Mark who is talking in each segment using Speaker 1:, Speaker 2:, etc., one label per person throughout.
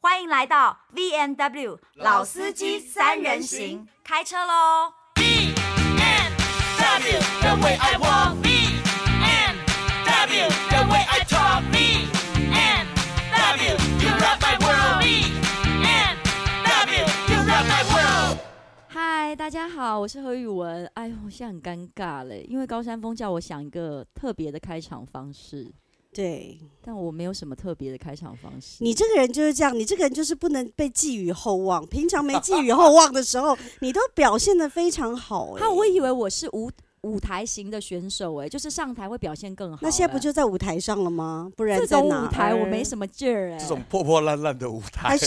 Speaker 1: 欢迎来到 V N W 老司机三人行，开车喽！
Speaker 2: BMW, the way I walk. BMW, the way I talk. BMW, you rock my world. BMW, you rock my world.
Speaker 3: 嗨，大家好，我是何宇文。哎呦，我现在很尴尬嘞，因为高山峰叫我想一个特别的开场方式，
Speaker 4: 对
Speaker 3: 但我没有什么特别的开场方式。
Speaker 4: 你这个人就是这样，你这个人就是不能被寄予厚望。平常没寄予厚望的时候，你都表现的非常好、欸。
Speaker 3: 哈，啊我以为我是舞舞台型的选手哎，就是上台会表现更好。
Speaker 4: 那现在不
Speaker 3: 哎
Speaker 4: 就在舞台上了吗？不然
Speaker 3: 这
Speaker 4: 在
Speaker 3: 种
Speaker 4: 哪
Speaker 3: 舞台我没
Speaker 4: 儿
Speaker 3: 什么劲儿哎？
Speaker 5: 这种破破烂烂的舞台，
Speaker 4: 还是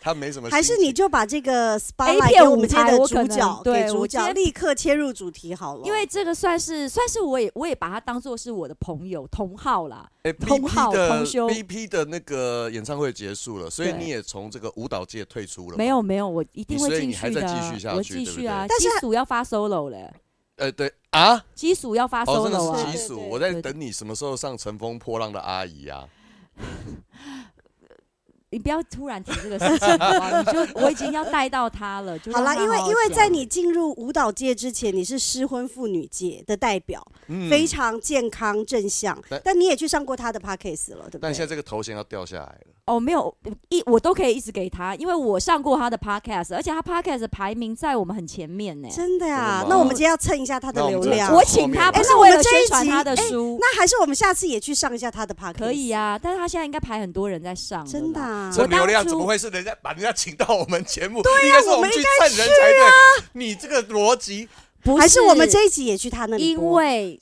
Speaker 5: 他没什么心
Speaker 4: 还
Speaker 5: 情，
Speaker 4: 是你就把这个 spotlight
Speaker 3: 片
Speaker 4: 给我们今天的
Speaker 3: 舞台我
Speaker 4: 主
Speaker 3: 可
Speaker 4: 角，
Speaker 3: 能对
Speaker 4: 给
Speaker 3: 我
Speaker 4: 主
Speaker 3: 今
Speaker 4: 角
Speaker 3: 天
Speaker 4: 立刻切入主题好了。
Speaker 3: 因为这个算是算是我也我也把他当做是我的朋友同好啦。
Speaker 5: 哎
Speaker 3: 同好
Speaker 5: BP 的
Speaker 3: 同修
Speaker 5: BP 的那个演唱会结束了，所以
Speaker 3: 对
Speaker 5: 你也从这个舞蹈界退出了。
Speaker 3: 没，有没有，我一定
Speaker 5: 你
Speaker 3: 会
Speaker 5: 所以
Speaker 3: 进
Speaker 5: 你还
Speaker 3: 去的
Speaker 5: 在
Speaker 3: 啊，
Speaker 5: 继续下
Speaker 3: 我
Speaker 5: 去
Speaker 3: 继
Speaker 5: 对不
Speaker 3: 续
Speaker 5: 对
Speaker 3: 啊。
Speaker 4: 但是
Speaker 3: 基础要发 solo 嘞，
Speaker 5: 呃，对啊，
Speaker 3: 基础要发
Speaker 5: 哦，真
Speaker 3: solo
Speaker 5: 的是。
Speaker 3: 啊
Speaker 5: 基
Speaker 4: 对对
Speaker 5: 础，
Speaker 4: 对
Speaker 5: 我在等你什么时候上《乘风破浪的阿姨》啊？
Speaker 3: 你不要突然提这个事情好不好？你就我已经要带到他了，就
Speaker 4: 好
Speaker 3: 让
Speaker 4: 啦，
Speaker 3: 他
Speaker 4: 因为
Speaker 3: 好好
Speaker 4: 因为在
Speaker 3: 讲
Speaker 4: 你进入舞蹈界之前，你是失婚妇女界的代表，
Speaker 5: 嗯
Speaker 4: 非。常健康正向
Speaker 5: 但。
Speaker 4: 但你也去上过他的 podcast 了，对不
Speaker 5: 但现在
Speaker 4: 对？
Speaker 5: 这个头衔要掉下来了，
Speaker 3: 哦，没有一我都可以一直给他，因为我上过他的 podcast，而且他 podcast 的排名在我们很前面呢。
Speaker 4: 真的
Speaker 5: 真
Speaker 4: 呀
Speaker 5: 的吗，
Speaker 4: 那我们今天要蹭一下他
Speaker 5: 那
Speaker 4: 的
Speaker 5: 我们
Speaker 4: 流
Speaker 5: 这
Speaker 4: 量。
Speaker 3: 我请他
Speaker 5: 后面
Speaker 3: 不
Speaker 4: 哎
Speaker 3: 是
Speaker 4: 那我
Speaker 3: 为
Speaker 4: 们
Speaker 3: 了
Speaker 4: 这一
Speaker 3: 宣传他
Speaker 4: 集
Speaker 3: 的书，
Speaker 4: 那还是我们下次也去上一下他的 p a r k
Speaker 3: 可以啊，但是他现在应该排很多人在上了啦，
Speaker 4: 真的、啊。
Speaker 5: 这
Speaker 3: 我当
Speaker 5: 流量
Speaker 3: 初
Speaker 5: 怎么会是人家把人家请到我们节目？对呀、是我们去蹭人才对。你这个逻辑，
Speaker 3: 不
Speaker 4: 还是我们这一集也去他那里
Speaker 3: 因
Speaker 4: 播？
Speaker 3: 为。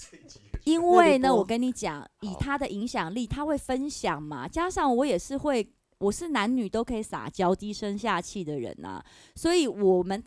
Speaker 3: 因
Speaker 4: 那
Speaker 3: 为
Speaker 4: 你
Speaker 3: 呢，
Speaker 4: 播
Speaker 3: 我跟你讲，以
Speaker 5: 好
Speaker 3: 他的影响力，他会分享嘛，加上我也是会，我是男女都可以撒娇、低声下气的人呐、所以我们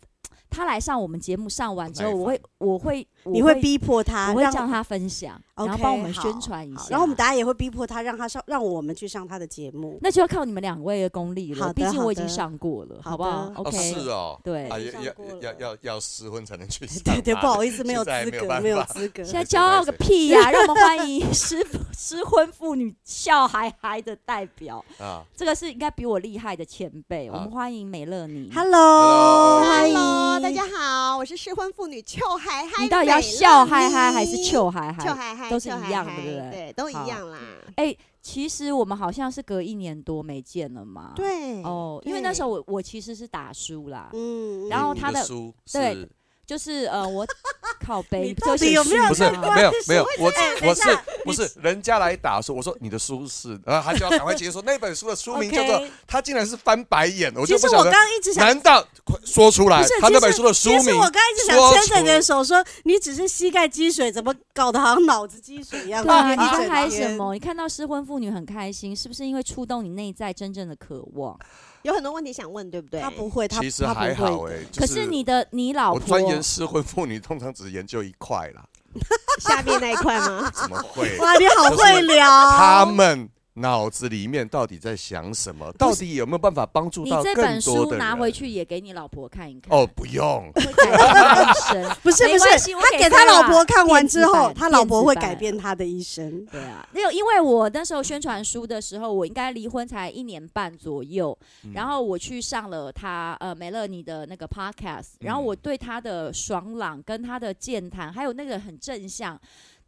Speaker 3: 他来上我们节目上完之后，
Speaker 5: 耐烦
Speaker 3: 我会，我会，我
Speaker 4: 你会逼迫他，
Speaker 3: 我会
Speaker 4: 让
Speaker 3: 叫他分享，然后
Speaker 4: OK，
Speaker 3: 帮我们
Speaker 4: 好
Speaker 3: 宣传一
Speaker 4: 好
Speaker 3: 下，
Speaker 4: 然后我们大家也会逼迫他，让他上，让我们去上他的节目。
Speaker 3: 那就要靠你们两位的功力
Speaker 4: 好
Speaker 3: 了，
Speaker 4: 的
Speaker 3: 毕竟我已
Speaker 4: 好
Speaker 3: 经
Speaker 4: 的
Speaker 3: 上过了，
Speaker 4: 好
Speaker 3: 好不好
Speaker 4: 的
Speaker 5: 哦
Speaker 3: ？OK，
Speaker 5: 是哦，
Speaker 3: 对
Speaker 5: 啊，
Speaker 4: 已
Speaker 5: 要
Speaker 4: 经上
Speaker 5: 要
Speaker 4: 过了
Speaker 5: 要要要失婚才能 去上
Speaker 4: 对对，
Speaker 5: 吧
Speaker 4: 不好意思，没有
Speaker 5: 现在
Speaker 4: 资
Speaker 5: 没有
Speaker 4: 格，
Speaker 5: 办
Speaker 4: 没有
Speaker 5: 法
Speaker 4: 资格。
Speaker 3: 现在骄傲个屁 呀、让我们欢迎 失失婚妇女笑嗨嗨的代表，
Speaker 5: 啊！
Speaker 3: 这个是应该比我厉害的前辈。我
Speaker 5: 好
Speaker 3: 们欢迎美乐你。
Speaker 4: Hello，嗨
Speaker 6: Hello，大家好，我是失婚妇女邱海海。
Speaker 3: 你到底要笑嗨嗨还是？糗嗨
Speaker 6: 邱海
Speaker 3: 嗨？
Speaker 6: 海
Speaker 3: 都是一样的
Speaker 6: 的，
Speaker 3: 对不对
Speaker 6: 对，都一样啦。
Speaker 3: 其实我们好像是隔一年多没见了嘛。。
Speaker 6: 对，
Speaker 3: 哦，因为那时
Speaker 6: 候
Speaker 3: 候我我其实是打输啦，
Speaker 4: 嗯，
Speaker 3: 然后
Speaker 5: 你
Speaker 3: 他
Speaker 5: 的
Speaker 3: 的
Speaker 5: 书
Speaker 3: 对
Speaker 5: 是
Speaker 3: 就是呃我 靠背，
Speaker 4: 你
Speaker 3: 就
Speaker 4: 到底
Speaker 3: 写
Speaker 4: 有没有
Speaker 3: 书
Speaker 5: 不是
Speaker 3: 嘛
Speaker 5: 没有没有，我
Speaker 4: 等一
Speaker 5: 我
Speaker 4: 下
Speaker 5: 是不是人家来打说，我说你的书是，然后他就要赶快接说那本书的书名叫做
Speaker 3: OK，
Speaker 5: 他竟然是翻白眼，我
Speaker 4: 其
Speaker 5: 就
Speaker 4: 实
Speaker 5: 不
Speaker 4: 我
Speaker 5: 晓
Speaker 4: 刚
Speaker 5: 得，
Speaker 4: 刚一直想，
Speaker 5: 难道快说出来
Speaker 4: 不是
Speaker 5: 他那
Speaker 4: 其
Speaker 5: 本
Speaker 4: 实
Speaker 5: 书的书
Speaker 4: 其实
Speaker 5: 名
Speaker 4: 我刚刚一直想
Speaker 5: 说
Speaker 4: 牵着你的
Speaker 5: 出
Speaker 4: 手说，你只是膝盖积水，怎么搞得好像脑子积水一样？
Speaker 3: 对啊，
Speaker 4: 一
Speaker 3: 你刚
Speaker 4: 整
Speaker 3: 开
Speaker 4: 天
Speaker 3: 什？么？你看到失婚妇女很开心，是不是因为触动你内在真正的渴望？
Speaker 6: 有很多问题想问，对不对？
Speaker 4: 他不会，他
Speaker 5: 其实
Speaker 4: 他不
Speaker 5: 还好
Speaker 4: 会
Speaker 5: 哎
Speaker 4: 的，
Speaker 5: 就
Speaker 3: 可是你的你老
Speaker 5: 我
Speaker 3: 婆，
Speaker 5: 钻研失婚妇女，通常只研究一块 啦，？
Speaker 6: 下面那一块吗
Speaker 4: 啊
Speaker 5: 怎么会？
Speaker 4: 哇，你好
Speaker 5: 就是
Speaker 4: 会聊。
Speaker 5: 他们脑子里面到底在想什么？到底有没有办法帮助
Speaker 3: 你
Speaker 5: 到
Speaker 3: 这本
Speaker 5: 更多
Speaker 3: 书
Speaker 5: 的
Speaker 3: 拿回
Speaker 5: 人？
Speaker 3: 去也给你老婆看一看，
Speaker 5: 哦，不用，
Speaker 3: 会改变她一生。
Speaker 4: 不是
Speaker 3: 没
Speaker 4: 不
Speaker 3: 关
Speaker 4: 是
Speaker 3: 系，我
Speaker 4: 他
Speaker 3: 给
Speaker 4: 给
Speaker 3: 他
Speaker 4: 他
Speaker 3: 啦
Speaker 4: 老婆看完之
Speaker 3: 电子
Speaker 4: 后，
Speaker 3: 版
Speaker 4: 他老婆会
Speaker 3: 电子版
Speaker 4: 改变他的一生。
Speaker 3: 对啊，没有，因为我那时候宣传书的时候，我应该离婚才一年半左右，嗯
Speaker 4: 嗯
Speaker 3: 然后我去上了他呃美乐你的那个 podcast，然
Speaker 4: 嗯
Speaker 3: 后我对他的爽朗跟他的健谈，还有那个很正向，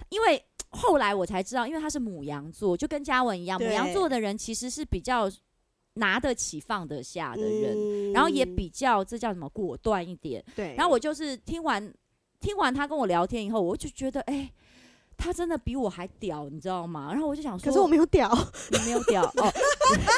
Speaker 3: 因为后来我才知道，因为他是母羊座，就跟嘉文一样，母
Speaker 4: 对
Speaker 3: 羊座的人其实是比较拿得起放得下的人，
Speaker 4: 嗯
Speaker 3: 然后也比较这叫什么果断一点。
Speaker 6: 对。
Speaker 3: 然后我就是听完听完他跟我聊天以后，我就觉得哎、他真的比我还屌，你知道吗？然后我就想说，
Speaker 6: 可是我没有屌，
Speaker 3: 你没有屌哦，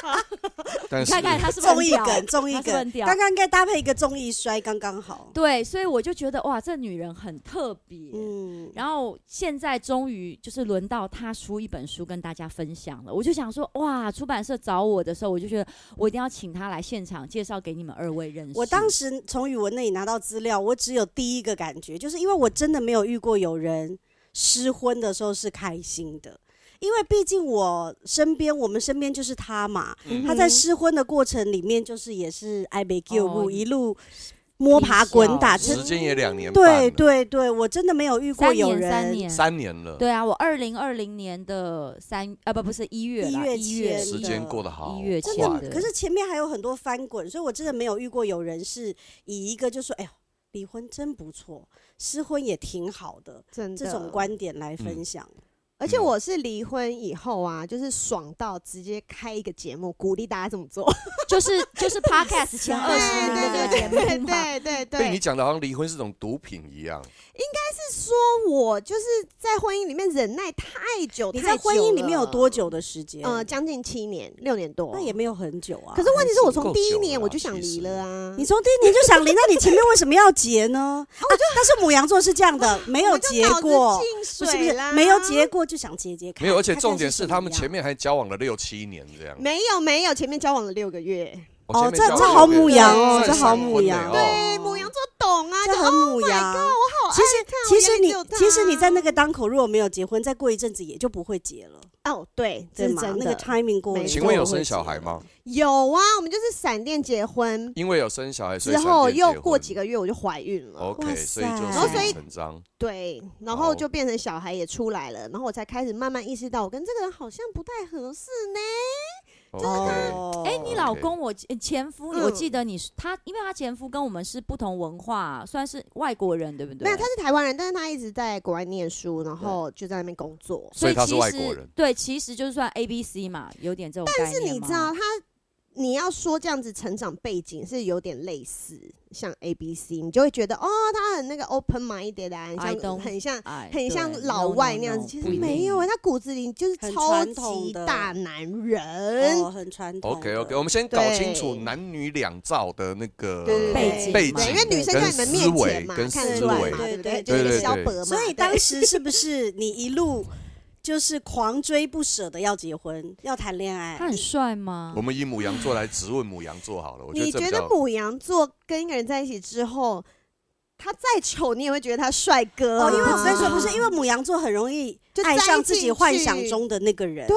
Speaker 5: 但
Speaker 3: 你
Speaker 5: 是
Speaker 3: 看看他是不是
Speaker 4: 综
Speaker 3: 很
Speaker 4: 艺
Speaker 3: 屌？
Speaker 4: 梗，综艺
Speaker 3: 他是不是很
Speaker 4: 梗，
Speaker 3: 屌
Speaker 4: 刚刚应该搭配一个综艺摔，刚刚好。
Speaker 3: 对，所以我就觉得哇，这女人很特别。
Speaker 4: 嗯，
Speaker 3: 然后现在终于就是轮到他出一本书跟大家分享了，我就想说哇，出版社找我的时候，我就觉得我一定要请他来现场介绍给你们二位认识。
Speaker 4: 我当时从宇文那里拿到资料，我只有第一个感觉，就是因为我真的没有遇过有人失婚的时候是开心的。因为毕竟我身边，我们身边就是
Speaker 3: 嗯
Speaker 6: 嗯
Speaker 4: 他嘛，他在失婚的过程里面，就是也是爱被 Q
Speaker 3: 哦
Speaker 4: 一路摸爬滚打，
Speaker 3: 挺小
Speaker 5: 嗯
Speaker 4: 这
Speaker 5: 时间也两年半
Speaker 4: 对
Speaker 5: 了，
Speaker 4: 对对，我真的没有遇过
Speaker 3: 三
Speaker 4: 有
Speaker 3: 年
Speaker 4: 人
Speaker 3: 三年，
Speaker 5: 三年了，
Speaker 3: 对啊，我二零二零年的三啊不不是一月啦，
Speaker 4: 一月
Speaker 3: 一月
Speaker 4: 前
Speaker 5: 时间过得好
Speaker 3: 一月
Speaker 5: 快
Speaker 3: 前
Speaker 5: 哦，
Speaker 3: 的
Speaker 4: 可是前面还有很多翻滚，所以我真的没有遇过有人是以一个就说：“哎呦，离婚真不错，失婚也挺好的。”
Speaker 6: 真的
Speaker 4: 这种
Speaker 3: 嗯
Speaker 4: 观点来分享，
Speaker 6: 而且我是离婚以后啊，就是爽到直接开一个节目，鼓励大家这么做。
Speaker 3: 就是就是 podcast 前二十名的那个节
Speaker 6: 对
Speaker 3: 目嘛，
Speaker 6: 对
Speaker 5: 被
Speaker 6: 对对
Speaker 5: 你，讲的好像离婚是种毒品一样，
Speaker 6: 是说我就是在婚姻里面忍耐太久，
Speaker 4: 你
Speaker 6: 太
Speaker 4: 在
Speaker 6: 久
Speaker 4: 婚姻里面有
Speaker 6: 了
Speaker 4: 多？久的时间？
Speaker 6: 呃，将近七年，六年多。
Speaker 4: 那也没有很久啊。
Speaker 6: 可是问题是我
Speaker 5: 还
Speaker 6: 从
Speaker 5: 是
Speaker 6: 第一
Speaker 5: 够久
Speaker 6: 年
Speaker 5: 了
Speaker 6: 我
Speaker 5: 啦
Speaker 6: 就想
Speaker 5: 其
Speaker 6: 离
Speaker 5: 实
Speaker 6: 了啊。
Speaker 4: 你从第一年就想离，那你前面为什么要结呢？啊、但是母羊座是这样的，没有结过，不
Speaker 6: 不
Speaker 4: 是不是没有结过就想结结看。
Speaker 5: 没有，而且
Speaker 4: 看看
Speaker 5: 重点
Speaker 4: 是
Speaker 5: 是
Speaker 4: 什么
Speaker 5: 他们
Speaker 4: 样
Speaker 5: 前面还交往了六七年这样，
Speaker 6: 没有没有，前面交往了六个月。
Speaker 5: 我
Speaker 4: 哦
Speaker 5: 前面
Speaker 4: 这
Speaker 5: 交
Speaker 6: 这
Speaker 5: 往
Speaker 6: 好
Speaker 5: 六个
Speaker 6: 母
Speaker 5: 月
Speaker 6: 羊哦
Speaker 5: 算
Speaker 6: 这
Speaker 5: 闪
Speaker 6: 好
Speaker 5: 婚
Speaker 4: 母
Speaker 5: 呢
Speaker 4: 羊
Speaker 5: 哦
Speaker 6: 对，母羊座懂啊，
Speaker 4: 这
Speaker 6: 就
Speaker 4: 很
Speaker 6: Oh
Speaker 4: 母
Speaker 6: my
Speaker 4: 羊
Speaker 6: God，我好爱
Speaker 4: 其
Speaker 6: 看
Speaker 4: 实，其
Speaker 6: 我
Speaker 4: 实
Speaker 6: 眼里
Speaker 4: 你
Speaker 6: 只有他
Speaker 4: 其实你在那个当口，如果没有结婚，再过一阵子也就不会结了，
Speaker 6: 哦，对，这
Speaker 4: 对
Speaker 6: 是
Speaker 4: 吗？
Speaker 6: 真
Speaker 4: 那个
Speaker 6: 的。
Speaker 4: timing 过了，
Speaker 6: 没
Speaker 5: 请问有生小孩？吗？
Speaker 6: 有啊，我们就是闪电结婚
Speaker 5: 因为有生小孩，所以
Speaker 6: 之后，
Speaker 5: 闪电结
Speaker 6: 又过
Speaker 5: 婚
Speaker 6: 几个月我就怀孕了。
Speaker 4: 哇
Speaker 5: OK，所以
Speaker 4: 塞
Speaker 5: 就
Speaker 4: 然
Speaker 6: 后
Speaker 5: 顺
Speaker 6: 所
Speaker 5: 理
Speaker 6: 以
Speaker 5: 成章。
Speaker 6: 对，
Speaker 4: 哦
Speaker 6: 然
Speaker 5: 好
Speaker 6: 后就变成小孩也出来了，然后我才开始慢慢意识到，我跟这个人好像不太合适呢。
Speaker 4: 哦
Speaker 5: 哦 OK，
Speaker 3: 哎、你老公我呃前夫，我
Speaker 6: 嗯
Speaker 3: 记得你是他，因为他前夫跟我们是不同文化，算是外国人，对不对？
Speaker 6: 没有，他是台湾人，但是他一直在国外念书，然后就在那边工作。
Speaker 5: 所以他是
Speaker 3: 其
Speaker 5: 外
Speaker 3: 实
Speaker 5: 国人
Speaker 3: 对，其实就是算 A B C 嘛，有点这种概
Speaker 6: 但
Speaker 3: 念
Speaker 6: 是你
Speaker 3: 吗
Speaker 6: 知道，他，你要说这样子成长背景是有点类似，像 A B C，你就会觉得哦，他很那个 open minded 啊，很
Speaker 3: I don't-
Speaker 6: 像很像
Speaker 3: 哎，
Speaker 6: 很像
Speaker 3: 对
Speaker 6: 老
Speaker 3: no, no,
Speaker 6: 外那样子。
Speaker 3: no，
Speaker 6: 其
Speaker 3: 不
Speaker 6: 实
Speaker 3: 一定
Speaker 6: 没有啊，他骨子里就是
Speaker 4: 很
Speaker 6: 超
Speaker 4: 传统
Speaker 6: 级
Speaker 4: 的
Speaker 6: 大男人。
Speaker 4: 哦，很传统的。
Speaker 5: OK OK，我们先搞清楚
Speaker 6: 对
Speaker 5: 男女两造的那个
Speaker 6: 对
Speaker 3: 背
Speaker 5: 背
Speaker 3: 景
Speaker 6: 对，
Speaker 3: 嘛
Speaker 5: 景
Speaker 6: 因为女生在你们面前嘛，
Speaker 5: 跟思
Speaker 6: 看得
Speaker 5: 维跟
Speaker 6: 出来嘛，
Speaker 5: 思
Speaker 4: 维
Speaker 6: 对不对？
Speaker 4: 对对
Speaker 6: 就是一个
Speaker 5: 对
Speaker 6: 萧
Speaker 5: 对
Speaker 6: 伯嘛，
Speaker 4: 所以
Speaker 6: 对
Speaker 4: 当时是不是你一路就是狂追不舍的要结婚，要谈恋爱？
Speaker 3: 他很帅吗
Speaker 5: 我？们以母羊座来质问母羊座好了，我觉得
Speaker 6: 你
Speaker 5: 这比
Speaker 6: 觉得
Speaker 5: 较。
Speaker 6: 母羊座跟一个人在一起之后，他再丑，你也会觉得他帅哥啊、
Speaker 4: 哦，因为我跟你说，
Speaker 6: 啊
Speaker 4: 不是因为母羊座很容易
Speaker 6: 就
Speaker 4: 爱上
Speaker 6: 栽
Speaker 4: 自己
Speaker 6: 进
Speaker 4: 幻
Speaker 6: 去
Speaker 4: 想中的那个人，
Speaker 6: 对，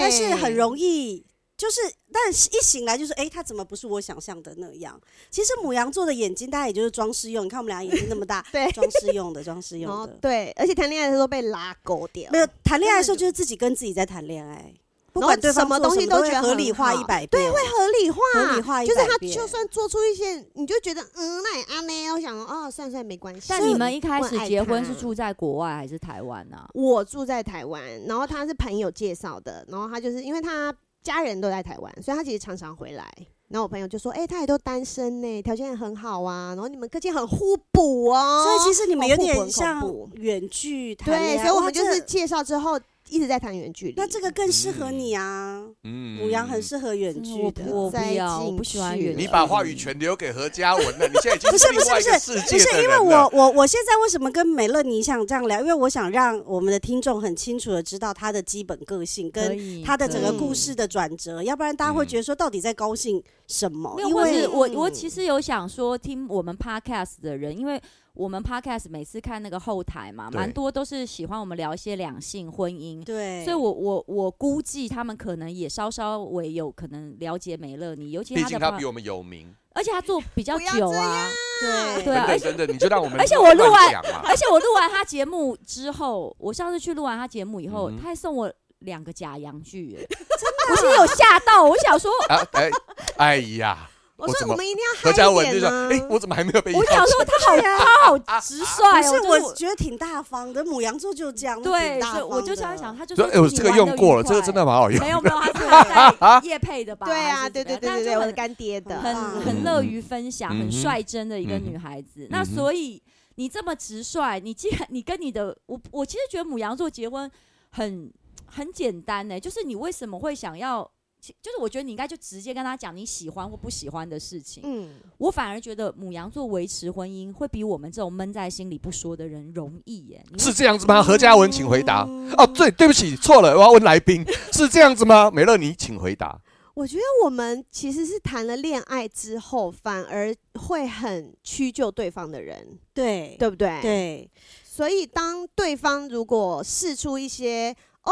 Speaker 4: 但是很容易就是，但是一醒来就是，哎、他怎么不是我想象的那样？其实母羊座的眼睛，大家也就是装饰用。你看我们俩眼睛那么大
Speaker 6: 对
Speaker 4: 装饰用的，装饰
Speaker 6: 然后
Speaker 4: 用的。
Speaker 6: 哦对，而且谈恋爱的时候被拉勾掉，
Speaker 4: 没有谈恋爱
Speaker 6: 根本
Speaker 4: 的时候，
Speaker 6: 就
Speaker 4: 就是自己跟自己在谈恋爱，不
Speaker 6: 然后
Speaker 4: 管对方
Speaker 6: 什么
Speaker 4: 做
Speaker 6: 东西
Speaker 4: 都
Speaker 6: 都
Speaker 4: 会
Speaker 6: 觉得
Speaker 4: 合理
Speaker 6: 很
Speaker 4: 化
Speaker 6: 好
Speaker 4: 一百
Speaker 6: 对
Speaker 4: 遍，
Speaker 6: 会合理化，
Speaker 4: 合理化一
Speaker 6: 就是
Speaker 4: 百
Speaker 6: 他
Speaker 4: 遍
Speaker 6: 就算做出一些，你就觉得嗯，那也安呢，我想说哦，算算没关系。
Speaker 3: 但你们一开始结婚是
Speaker 6: 住。
Speaker 3: 住在国外还是台湾啊？
Speaker 6: 我住在台湾，然后他是朋友介绍的，然后他就是因为他家人都在台湾，所以他其实常常回来。然后我朋友就说：“哎、他也都单身呢，条件也很好啊，然后你们个性很互补哦。”
Speaker 4: 所以其实你们有
Speaker 6: 哦互补
Speaker 4: 点
Speaker 6: 很恐
Speaker 4: 像
Speaker 6: 怖
Speaker 4: 远距谈
Speaker 6: 对，
Speaker 4: 恋爱，
Speaker 6: 所以我
Speaker 4: 哇
Speaker 6: 们就
Speaker 4: 这
Speaker 6: 是介绍之后一直在谈远距离。
Speaker 4: 那这个更适合你啊，
Speaker 5: 嗯
Speaker 4: 母羊很适合远
Speaker 6: 嗯
Speaker 4: 距
Speaker 3: 我
Speaker 4: 的。
Speaker 3: 我不
Speaker 6: 再
Speaker 3: 要，我
Speaker 6: 进
Speaker 3: 不喜欢
Speaker 6: 去
Speaker 3: 远距离。
Speaker 5: 你把话语权留给何嘉文了，你现在已经
Speaker 4: 不是
Speaker 5: 另外一个世界
Speaker 4: 不是
Speaker 5: 的
Speaker 4: 因为
Speaker 5: 人
Speaker 4: 我
Speaker 5: 了
Speaker 4: 我我现在为什么跟美乐你想这样聊？因为我想让我们的听众很清楚的知道他的基本个性
Speaker 3: 可
Speaker 4: 跟
Speaker 3: 以
Speaker 4: 他的整
Speaker 6: 嗯
Speaker 4: 个
Speaker 3: 可以
Speaker 4: 故事的转折，要不然大家会觉得说到底在高兴什么？
Speaker 3: 没有，
Speaker 4: 因
Speaker 3: 或者
Speaker 4: 为
Speaker 3: 是哦我我
Speaker 6: 嗯
Speaker 3: 其实有想说听我们 podcast 的人，因为我们 podcast 每次看那个后台嘛，
Speaker 5: 对
Speaker 3: 蛮多都是喜欢我们聊一些两性婚姻。
Speaker 4: 对，
Speaker 3: 所以我，我我估计他们可能也稍稍微有可能了解梅乐妮，尤其
Speaker 5: 毕
Speaker 3: 他
Speaker 5: 竟
Speaker 3: 的
Speaker 5: 他
Speaker 3: 话
Speaker 5: 比我们有名。
Speaker 3: 而且他做比较
Speaker 6: 不要
Speaker 3: 久
Speaker 6: 这
Speaker 3: 啊，
Speaker 4: 对
Speaker 3: 对啊，而
Speaker 5: 等
Speaker 3: 且
Speaker 5: 等等等，你就让我们
Speaker 3: 而且我录完
Speaker 5: 乱讲嘛，
Speaker 3: 而且我录完他节目之后，我上次去录完他节目以后，
Speaker 5: 嗯哼
Speaker 3: 他还送我两个假洋剧，哎我心里有吓到，我想说，
Speaker 5: 啊哎哎呀，
Speaker 6: 我
Speaker 5: 我怎
Speaker 6: 说
Speaker 5: 么
Speaker 6: 我们一定要嗨
Speaker 5: 何嘉文就
Speaker 6: 一
Speaker 5: 说
Speaker 6: 点啊！
Speaker 5: 哎，我怎么还没有被邀
Speaker 3: 我想说
Speaker 5: 请？
Speaker 3: 他好他好直率
Speaker 4: 不
Speaker 3: 哦，
Speaker 4: 是
Speaker 3: 就
Speaker 4: 我觉得挺大方的，母羊座就这样，
Speaker 3: 对，
Speaker 4: 挺大
Speaker 3: 所以
Speaker 4: 方
Speaker 3: 我就
Speaker 4: 的
Speaker 3: 这样想，。他就
Speaker 5: 说
Speaker 3: 说
Speaker 5: 哎，我这个用过了，这个真的蛮好用
Speaker 3: 没。有没有，他是 他在夜配的吧？
Speaker 6: 对
Speaker 3: 还
Speaker 6: 啊，
Speaker 3: 是
Speaker 6: 对
Speaker 3: 怎么
Speaker 6: 对
Speaker 3: 样
Speaker 6: 对对
Speaker 3: 但是
Speaker 6: 对，
Speaker 3: 就
Speaker 6: 我的干爹的，啊
Speaker 4: 很
Speaker 3: 很
Speaker 4: 嗯
Speaker 3: 很乐于分享，
Speaker 5: 嗯
Speaker 3: 很
Speaker 5: 哼
Speaker 3: 率真的一个
Speaker 5: 嗯哼
Speaker 3: 女孩子。那
Speaker 5: 嗯哼
Speaker 3: 所以你这么直率，你既然你跟你的我，我其实觉得母羊座结婚很很简单呢、就是你为什么会想要？其就是我觉得你应该就直接跟他讲你喜欢或不喜欢的事情。
Speaker 6: 嗯，
Speaker 3: 我反而觉得母羊座维持婚姻会比我们这种闷在心里不说的人容易耶、你会
Speaker 5: 是这样子吗？何嘉文，请回答。哦，对，对不起，错了，我要问来宾，是这样子吗？美乐妮，请回答。
Speaker 6: 我觉得我们其实是谈了恋爱之后，反而会很屈就对方的人，
Speaker 4: 对
Speaker 6: 对不对？
Speaker 4: 对，
Speaker 6: 所以，当对方如果试出一些“哦，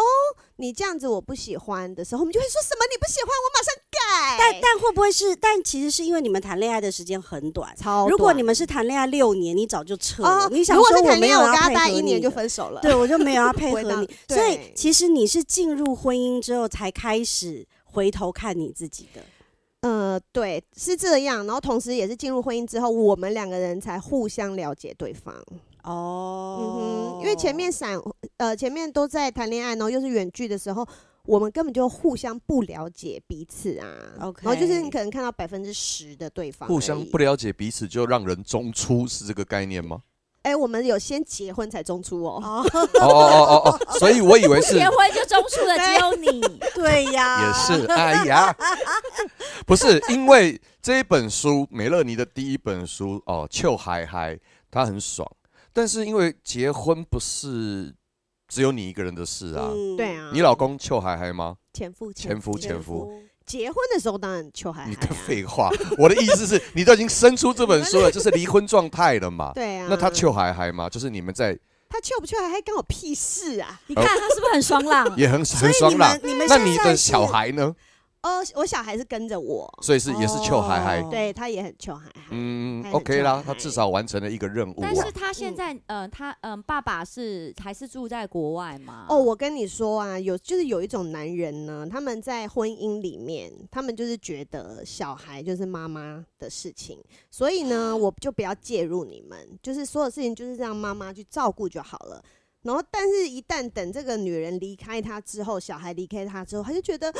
Speaker 6: 你这样子我不喜欢”的时候，我们就会说什么“你不喜欢，我马上改”。
Speaker 4: 但但会不会是？但其实是因为你们谈恋爱的时间很短。
Speaker 6: 超
Speaker 4: 如果
Speaker 6: 短
Speaker 4: 你们是谈恋爱六年，你早就撤了。
Speaker 6: 哦，
Speaker 4: 你想
Speaker 6: 如果
Speaker 4: 说
Speaker 6: 是
Speaker 4: 我
Speaker 6: 谈
Speaker 4: 没
Speaker 6: 恋
Speaker 4: 有
Speaker 6: 爱，我
Speaker 4: 要
Speaker 6: 跟他
Speaker 4: 配
Speaker 6: 待
Speaker 4: 合
Speaker 6: 一年
Speaker 4: 你
Speaker 6: 就
Speaker 4: 的
Speaker 6: 分手了。
Speaker 4: 对我就没 有要配
Speaker 6: 不会
Speaker 4: 合
Speaker 6: 当
Speaker 4: 你。所以
Speaker 6: 对
Speaker 4: 其实你是进入婚姻之后才开始回头看你自己的。
Speaker 6: 呃，对，是这样。然后同时也是进入婚姻之后，我们两个人才互相了解对方。嗯
Speaker 4: 哦，
Speaker 6: 哼，因为前面闪呃前面都在谈恋爱，然后又是远距的时候，我们根本就互相不了解彼此啊。
Speaker 4: OK
Speaker 6: 然后就是你可能看到百分之十的对方而已，
Speaker 5: 互相不了解彼此就让人中出，是这个概念吗？
Speaker 6: 哎、我们有先结婚才中出哦。
Speaker 4: 哦，
Speaker 5: 哦哦哦哦，所以我以为是
Speaker 3: 结婚就中出的只有你，
Speaker 4: 对呀，
Speaker 5: 也是，哎呀， 不是因为这一本书，美乐妮的第一本书哦，《秋嗨嗨》，它很爽，但是因为结婚不是只有你一个人的事啊，
Speaker 4: 嗯
Speaker 6: 对，啊，
Speaker 5: 你老公秋嗨嗨吗？
Speaker 6: 前夫
Speaker 5: 前夫前夫，
Speaker 4: 夫
Speaker 6: 结婚的时候当然求还
Speaker 5: 你
Speaker 6: 还、
Speaker 5: 个
Speaker 6: 啊、
Speaker 5: 废话， 我的意思是你都已经生出这本书了，就是离婚状态了嘛。
Speaker 6: 对啊，
Speaker 5: 那他秋嗨嗨吗？就是你们在
Speaker 6: 他求不求还还关我屁事啊？
Speaker 3: 你看他是不是很爽朗？
Speaker 5: 也很很
Speaker 4: 所以
Speaker 5: 爽
Speaker 4: 你
Speaker 5: 朗
Speaker 4: 们，你们
Speaker 5: 那
Speaker 4: 现
Speaker 5: 你
Speaker 4: 在
Speaker 5: 的
Speaker 4: 是
Speaker 5: 小孩呢？
Speaker 6: 哦，我小孩是跟着我，
Speaker 5: 所以是也是秋嗨嗨，
Speaker 4: 哦
Speaker 6: 对他也很求还还。
Speaker 5: 嗯
Speaker 6: 还很
Speaker 5: ，OK 啦
Speaker 6: 秋，嗨
Speaker 5: 他至少完成了一个任务啊。
Speaker 3: 但是他现在，嗯、他嗯、爸爸是还是住在国外嘛？
Speaker 6: 哦，我跟你说啊，有就是有一种男人呢，他们在婚姻里面，他们就是觉得小孩就是妈妈的事情，所以呢，我就不要介入你们，就是所有事情就是让妈妈去照顾就好了。然后，但是，一旦等这个女人离开他之后，小孩离开他之后，他就觉得，Oh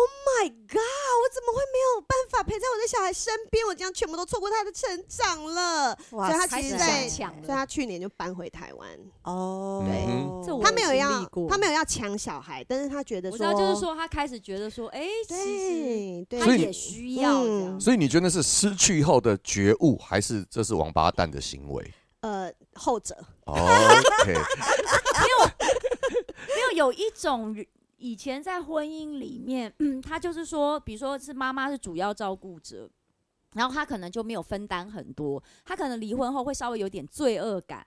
Speaker 6: my God，我怎么会没有办法陪在我的小孩身边？我这样全部都错过他的成长了。所
Speaker 4: 哇
Speaker 6: 以他
Speaker 4: 塞
Speaker 6: 其实
Speaker 3: 开始
Speaker 6: 在，
Speaker 3: 想抢了
Speaker 6: 所以他去年就搬回台湾。
Speaker 4: 哦，
Speaker 5: 对
Speaker 3: 这我
Speaker 6: 他没有
Speaker 3: 经
Speaker 6: 要
Speaker 3: 历过，
Speaker 6: 他没有要抢小孩，但是他觉得
Speaker 3: 我知道，就是，说他开始觉得说，哎、其
Speaker 6: 对
Speaker 3: 实
Speaker 6: 对，
Speaker 5: 所
Speaker 3: 他
Speaker 5: 以
Speaker 3: 也需要这样。
Speaker 6: 嗯
Speaker 5: 所以你觉得那是失去后的觉悟，还是这是王八蛋的行为
Speaker 6: 呃后者，
Speaker 5: ？OK，
Speaker 3: 没有有一种人以前在婚姻里面，嗯，他就是说，比如说是妈妈是主要照顾者，然后他可能就没有分担很多，他可能离婚后会稍微有点罪恶感，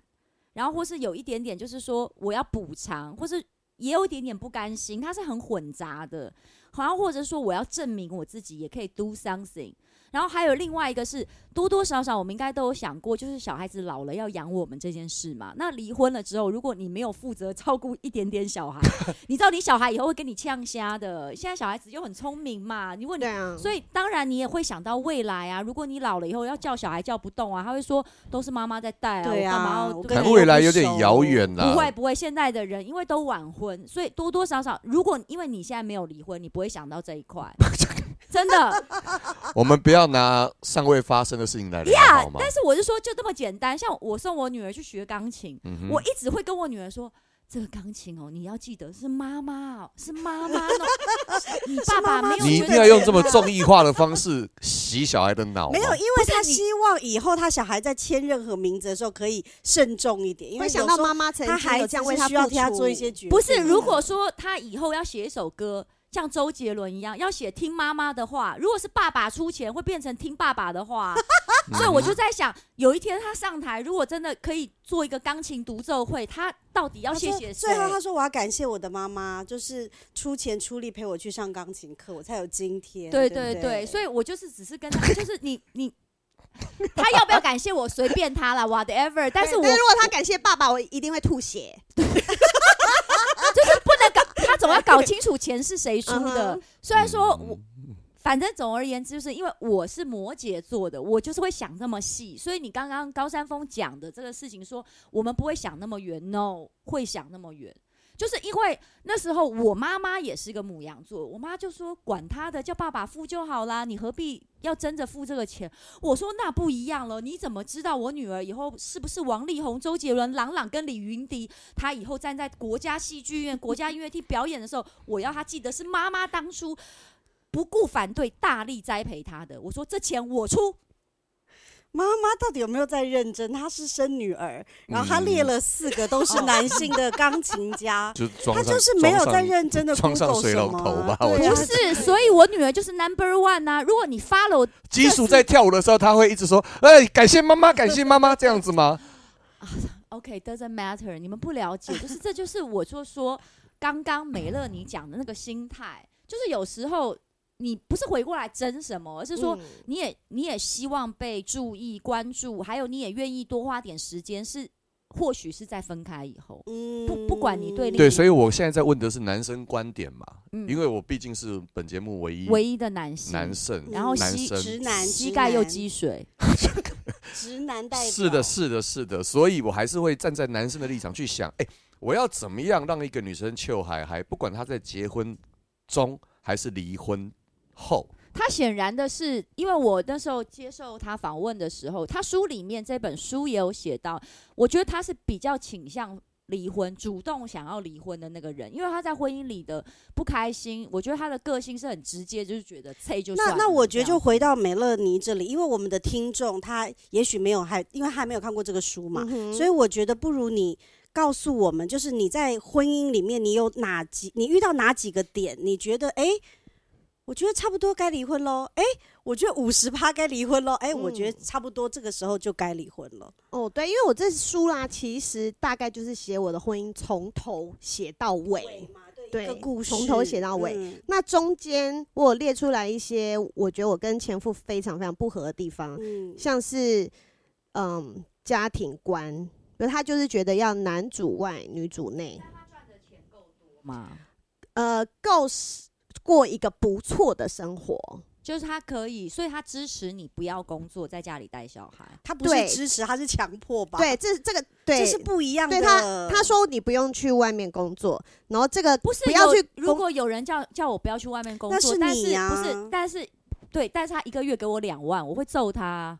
Speaker 3: 然后或是有一点点就是说我要补偿，或是也有一点点不甘心，他是很混杂的，好像或者说我要证明我自己也可以 do something。然后还有另外一个是多多少少我们应该都有想过，就是小孩子老了要养我们这件事嘛。那离婚了之后，如果你没有负责照顾一点点小孩， 你知道你小孩以后会跟你呛瞎的。现在小孩子又很聪明嘛，如果你
Speaker 6: 对
Speaker 4: 嗯
Speaker 6: 啊，
Speaker 3: 所以当然你也会想到未来啊。如果你老了以后要叫小孩叫不动啊，他会说都是妈妈在带啊，
Speaker 4: 对
Speaker 3: 我
Speaker 4: 啊
Speaker 3: 干嘛要
Speaker 4: 我
Speaker 3: 对
Speaker 4: 跟
Speaker 5: 谈
Speaker 4: 你
Speaker 5: 未来有点遥远啦。
Speaker 3: 不会不会，现在的人因为都晚婚，所以多多少少，如果因为你现在没有离婚，你不会想到这一 块，真的。
Speaker 5: 我们不要拿尚未发生的事情来聊好吗？
Speaker 3: 但是我是说，就这么简单。像我送我女儿去学钢琴，
Speaker 5: 嗯哼
Speaker 3: 我一直会跟我女儿说。这个钢琴哦，你要记得是妈妈哦，是妈 妈哦，你爸爸没有
Speaker 5: 你一
Speaker 3: 觉
Speaker 5: 定
Speaker 3: 得
Speaker 5: 要用这么综艺化的方式洗小孩的脑吗
Speaker 4: 没？有，因为他希望以后他小孩在签任何名字的时候可以慎重一点，因为
Speaker 6: 会想
Speaker 4: 有
Speaker 6: 到
Speaker 4: 时候
Speaker 6: 妈妈曾
Speaker 4: 他
Speaker 6: 经
Speaker 4: 孩
Speaker 6: 有
Speaker 4: 子
Speaker 6: 这样为
Speaker 4: 是需
Speaker 6: 付
Speaker 4: 要
Speaker 6: 出，
Speaker 4: 替他做一些决定。
Speaker 3: 不是，如果说他以后要写一首歌，像周杰伦一样，要写听妈妈的话，如果是爸爸出钱，会变成听爸爸的话。所以我就在想，有一天他上台，如果真的可以做一个钢琴独奏会，他到底要
Speaker 4: 他
Speaker 3: 谢
Speaker 4: 说
Speaker 3: 谢谁
Speaker 4: 最？后他说我要感谢我的妈妈，就是出钱出力陪我去上钢琴课，我才有今天。
Speaker 3: 对
Speaker 4: 对
Speaker 3: 对
Speaker 4: 不
Speaker 3: 对，所以我就是只是跟他， 就是你你。他要不要感谢我？随便他啦，whatever。但
Speaker 6: 对
Speaker 3: 是我
Speaker 6: 但是如果他感谢爸爸，我一定会吐血。
Speaker 3: 不能搞，他总要搞清楚钱是谁出
Speaker 6: 嗯
Speaker 3: 的
Speaker 6: 哼。
Speaker 3: 虽然说我
Speaker 5: 嗯
Speaker 3: 反正总而言之，就是因为我是摩羯座的，我就是会想那么细。所以你刚刚高山峰讲的这个事情说我们不会想那么远，no，会想那么远。就是因为那时候我妈妈也是个母羊座，我妈就说管他的，叫爸爸付就好啦，你何必要争着付这个钱？我说那不一样了，你怎么知道我女儿以后是不是王力宏、周杰伦、朗朗跟李云迪？她以后站在国家戏剧院、国家音乐厅表演的时候，我要她记得是妈妈当初不顾反对，大力栽培他的。我说这钱我出，
Speaker 4: 妈妈到底有没有在认真？她是生女儿，然后她
Speaker 5: 嗯，
Speaker 4: 列了四个都是男性的钢琴家
Speaker 5: 就是装
Speaker 4: 她
Speaker 5: 上
Speaker 4: 就是没有
Speaker 5: 装
Speaker 4: 在
Speaker 5: 上
Speaker 4: 认真的
Speaker 5: 装上水龙
Speaker 4: 啊
Speaker 5: 头吧我
Speaker 4: 觉
Speaker 3: 不
Speaker 4: 得
Speaker 3: 是，所以我女儿就是 number one 啊。如果你 follow
Speaker 5: 基础在跳舞的时候，他会一直说：“哎，感谢妈妈，感谢妈妈。”这样子吗？
Speaker 3: OK，doesn't、matter，你们不了解，就是这就是我就说刚刚美乐你讲的那个心态，就是有时候你不是回过来争什么，而是说
Speaker 6: 嗯
Speaker 3: 你也你也希望被注意关注，还有你也愿意多花点时间，是或许是在分开以后，
Speaker 4: 嗯
Speaker 3: 不不管你 对立
Speaker 5: 对，所以我现在在问的是男生观点嘛，
Speaker 3: 嗯
Speaker 5: 因为我毕竟是本节目唯一
Speaker 3: 唯一的男性，
Speaker 5: 男生，
Speaker 3: 然后
Speaker 5: 男
Speaker 3: 膝
Speaker 5: 生
Speaker 4: 直男
Speaker 3: 膝
Speaker 4: 直
Speaker 3: 盖又
Speaker 4: 男
Speaker 3: 积水，
Speaker 4: 直男代表
Speaker 5: 是的，是的，是的，所以我还是会站在男生的立场去想，哎、我要怎么样让一个女生求海海，不管她在结婚中还是离婚后，
Speaker 3: 他显然的是，因为我那时候接受他访问的时候，他书里面这本书也有写到，我觉得他是比较倾向离婚，主动想要离婚的那个人，因为他在婚姻里的不开心，我觉得他的个性是很直接，就是觉得脆就算
Speaker 4: 那
Speaker 3: 了
Speaker 4: 那我觉得
Speaker 3: 这样
Speaker 4: 就回到美乐妮这里，因为我们的听众他也许没有还，因为他还没有看过这个书嘛，所以我觉得不如你告诉我们，就是你在婚姻里面你有哪几，你遇到哪几个点，你觉得哎、诶我觉得差不多该离婚喽，哎、我觉得五十趴该离婚喽，哎、我觉得差不多这个时候就该离婚了。
Speaker 6: 哦，对，因为我这书啦，其实大概就是写我的婚姻从头写到尾，对，
Speaker 4: 一个故事
Speaker 6: 从头写到尾。
Speaker 4: 嗯
Speaker 6: 那中间我有列出来一些，我觉得我跟前夫非常非常不合的地方，
Speaker 4: 嗯
Speaker 6: 像是嗯家庭观，比如他就是觉得要男主外女主内，
Speaker 3: 嘛，
Speaker 6: 呃，够是过一个不错的生活。
Speaker 3: 就是他可以，所以他支持你不要工作，在家里带小孩。
Speaker 4: 他不
Speaker 6: 对
Speaker 4: 是支持，他是强迫吧？，
Speaker 6: 对，这这个对
Speaker 4: 这是不一样的。
Speaker 6: 对他他说你不用去外面工作，然后这个
Speaker 3: 不是
Speaker 6: 不要
Speaker 3: 有
Speaker 6: 去
Speaker 3: 如
Speaker 6: 工
Speaker 3: 果有人叫叫我不要去外面工
Speaker 4: 那
Speaker 3: 作，
Speaker 4: 是
Speaker 3: 但
Speaker 4: 你
Speaker 3: 是
Speaker 4: 呀
Speaker 3: 不是，但是对，但是他一个月给我两万，我会揍他啊。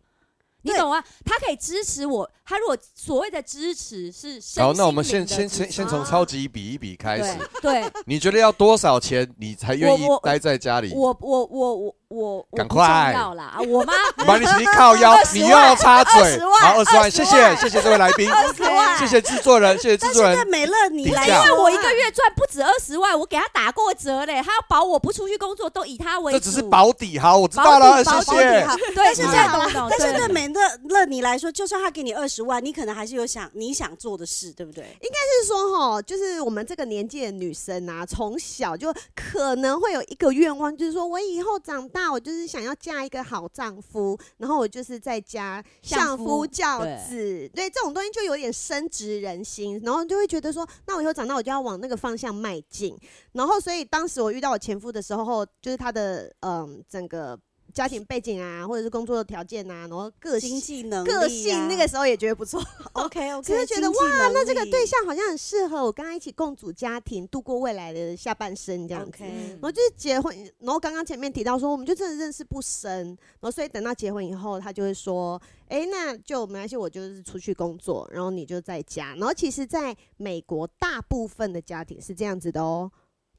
Speaker 3: 你
Speaker 4: 对
Speaker 3: 懂啊？他可以支持我，他如果所谓的支持是身
Speaker 5: 好，那我
Speaker 3: 心
Speaker 5: 们
Speaker 3: 灵
Speaker 5: 先
Speaker 3: 的
Speaker 5: 先
Speaker 3: 支
Speaker 5: 先
Speaker 3: 持
Speaker 5: 先从超级比一比开始，
Speaker 3: 对
Speaker 5: 你觉得要多少钱你才愿意
Speaker 3: 我我
Speaker 5: 待在家里
Speaker 3: 对，？我我我我我我
Speaker 5: 赶
Speaker 3: 不
Speaker 5: 快
Speaker 3: 重要啦！啊我妈
Speaker 5: 把你你靠腰，你又要插嘴，
Speaker 4: 20万
Speaker 5: 好，二十万，谢谢谢谢这位来宾，
Speaker 4: 万
Speaker 5: 谢谢制作人，谢谢制
Speaker 4: 但
Speaker 5: 作
Speaker 4: 现在
Speaker 5: 人，
Speaker 4: 美乐妮
Speaker 5: 底
Speaker 4: 来
Speaker 5: 价
Speaker 4: 说啊，
Speaker 3: 我一个月赚不止二十万，我给他打过折嘞，他要保我不出去工作，都以他为
Speaker 5: 这
Speaker 3: 主。
Speaker 5: 只是保底，好，我知道了，谢
Speaker 3: 保底保底
Speaker 5: 谢。
Speaker 4: 好
Speaker 3: 对，但是
Speaker 5: 对
Speaker 4: 但是对美乐乐你来说，就算他给你二十万，你可能还是有想你想做的事，对不对？
Speaker 6: 就是说哈，就是我们这个年纪的女生啊，从小就可能会有一个愿望，就是说我以后长大，我就是想要嫁一个好丈夫，然后我就是在家相
Speaker 3: 相
Speaker 6: 夫
Speaker 3: 夫
Speaker 6: 教子，对这种东西就有点深植人心，然后就会觉得说，那我以后长大我就要往那个方向迈进。然后，所以当时我遇到我前夫的时候，就是他的嗯整个家庭背景啊，或者是工作条件啊，然后个
Speaker 4: 经
Speaker 6: 性。
Speaker 4: 济能力啊、
Speaker 6: 个性那个时候也觉得不错，
Speaker 4: OK
Speaker 6: 只
Speaker 4: OK，
Speaker 6: 是觉得哇，
Speaker 4: 那
Speaker 6: 这个对象好像很适合我跟他一起共组家庭，度过未来的下半生这样子。
Speaker 3: 嗯
Speaker 4: OK，
Speaker 6: 然后就是结婚，然后刚刚前面提到说，我们就真的认识不深，然后所以等到结婚以后，他就会说，哎，那就没关系，我就是出去工作，然后你就在家。然后其实，在美国大部分的家庭是这样子的哦，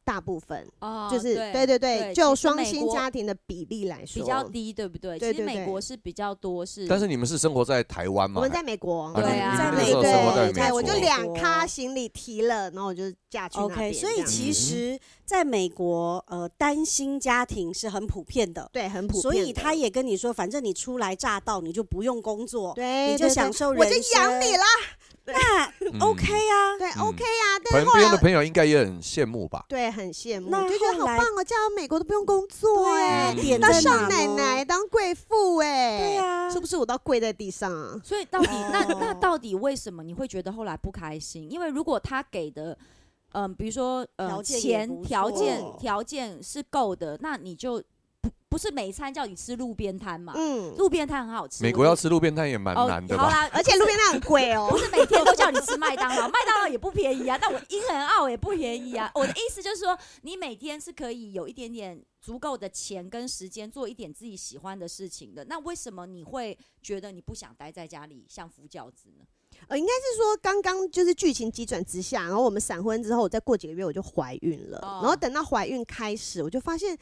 Speaker 6: 大部分、
Speaker 3: 哦
Speaker 6: 就是对
Speaker 3: 对
Speaker 6: 对
Speaker 3: 其
Speaker 6: 对，
Speaker 3: 实
Speaker 6: 就双
Speaker 3: 美
Speaker 6: 薪
Speaker 3: 国
Speaker 6: 家庭的比例来说，
Speaker 3: 比较低，对不对？
Speaker 6: 对
Speaker 3: 其实
Speaker 6: 对对
Speaker 3: 美国是比较多是，
Speaker 5: 但是你们是生活在台湾嘛？
Speaker 6: 我们在美国，
Speaker 5: 啊
Speaker 3: 对啊
Speaker 5: 你你们
Speaker 4: 在
Speaker 5: 那时候
Speaker 4: 美
Speaker 5: 生活
Speaker 4: 国
Speaker 5: 在
Speaker 4: 在
Speaker 5: 美
Speaker 6: 对，
Speaker 5: 国，
Speaker 6: 我就
Speaker 4: 两
Speaker 6: 两咖行李提了，然后我就嫁去那
Speaker 4: OK，
Speaker 6: 边
Speaker 4: 所
Speaker 6: 这
Speaker 4: 以
Speaker 6: 样
Speaker 4: 其实在美国，呃，单薪家庭是很普遍的，
Speaker 6: 对很普遍的，
Speaker 4: 所以他也跟你说，反正你初来乍到，你就不用工作，
Speaker 6: 对，对
Speaker 4: 你就
Speaker 6: 对
Speaker 4: 享受
Speaker 6: 我
Speaker 4: 人
Speaker 6: 就
Speaker 4: 生，
Speaker 6: 养你啦，
Speaker 5: 嗯
Speaker 4: 那 OK 啊，
Speaker 6: 对
Speaker 5: 嗯
Speaker 6: ，OK 啊，但
Speaker 5: 朋
Speaker 6: 是后
Speaker 5: 别人的
Speaker 6: 来
Speaker 5: 朋友应该也很羡慕吧？
Speaker 6: 对很羡慕，
Speaker 4: 那
Speaker 6: 就觉得
Speaker 4: 后
Speaker 6: 好
Speaker 4: 来
Speaker 6: 棒哦，嫁到美国都不用工作哎
Speaker 4: 啊，点
Speaker 6: 当
Speaker 4: 在哪
Speaker 6: 少奶
Speaker 4: 呢
Speaker 6: 奶，当贵妇哎，
Speaker 4: 对啊
Speaker 6: 是不是我都要跪在地上啊？
Speaker 3: 所以到底那
Speaker 4: 哦
Speaker 3: 那到底为什么你会觉得后来不开心？因为如果他给的，嗯、比如说
Speaker 4: 条
Speaker 3: 呃
Speaker 4: 件也
Speaker 3: 钱
Speaker 4: 不
Speaker 3: 条件
Speaker 4: 错
Speaker 3: 条件是够的，那你就不不是每一餐叫你吃路边摊嘛？
Speaker 6: 嗯，
Speaker 3: 路边摊很好吃，
Speaker 5: 美
Speaker 3: 我
Speaker 5: 国要
Speaker 3: 就
Speaker 5: 吃路边摊也蛮
Speaker 3: 哦
Speaker 5: 难的
Speaker 3: 好
Speaker 5: 吧？
Speaker 3: 啦，
Speaker 6: 而且路边摊很贵哦
Speaker 3: 不，是每天都叫你吃麦当劳， 麦当劳也不便宜啊，但我英很澳也不便宜啊。我的意思就是说，你每天是可以有一点点足够的钱跟时间做一点自己喜欢的事情的，那为什么你会觉得你不想待在家里相夫教子呢？
Speaker 6: 呃，应该是说刚刚就是剧情急转直下，然后我们闪婚之后，我再过几个月我就怀孕了，
Speaker 3: 哦
Speaker 6: 然后等到怀孕开始，我就发现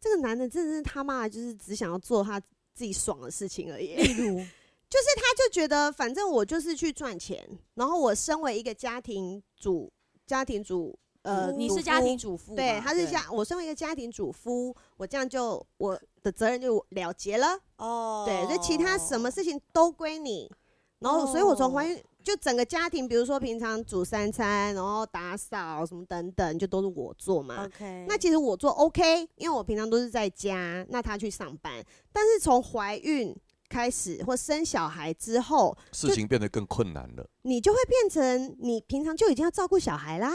Speaker 6: 这个男的真的是他妈的就是只想要做他自己爽的事情而已。
Speaker 3: 例 如，
Speaker 6: 就是他就觉得反正我就是去赚钱，然后我身为一个家庭主家庭主呃，
Speaker 3: 你
Speaker 6: 主
Speaker 3: 是家
Speaker 6: 夫
Speaker 3: 庭主妇嘛，
Speaker 6: 对，他是家我身为一个家庭主夫，我这样就我的责任就了结了。
Speaker 4: 哦，哦
Speaker 6: 对，所以其他什么事情都归你。然后，所以我从怀孕就整个家庭，比如说平常煮三餐，然后打扫什么等等，就都是我做嘛。
Speaker 4: OK，
Speaker 6: 那其实我做 OK，因为我平常都是在家，那他去上班。但是从怀孕开始或生小孩之后，
Speaker 5: 事情变得更困难了。
Speaker 6: 你就会变成你平常就已经要照顾小孩啦。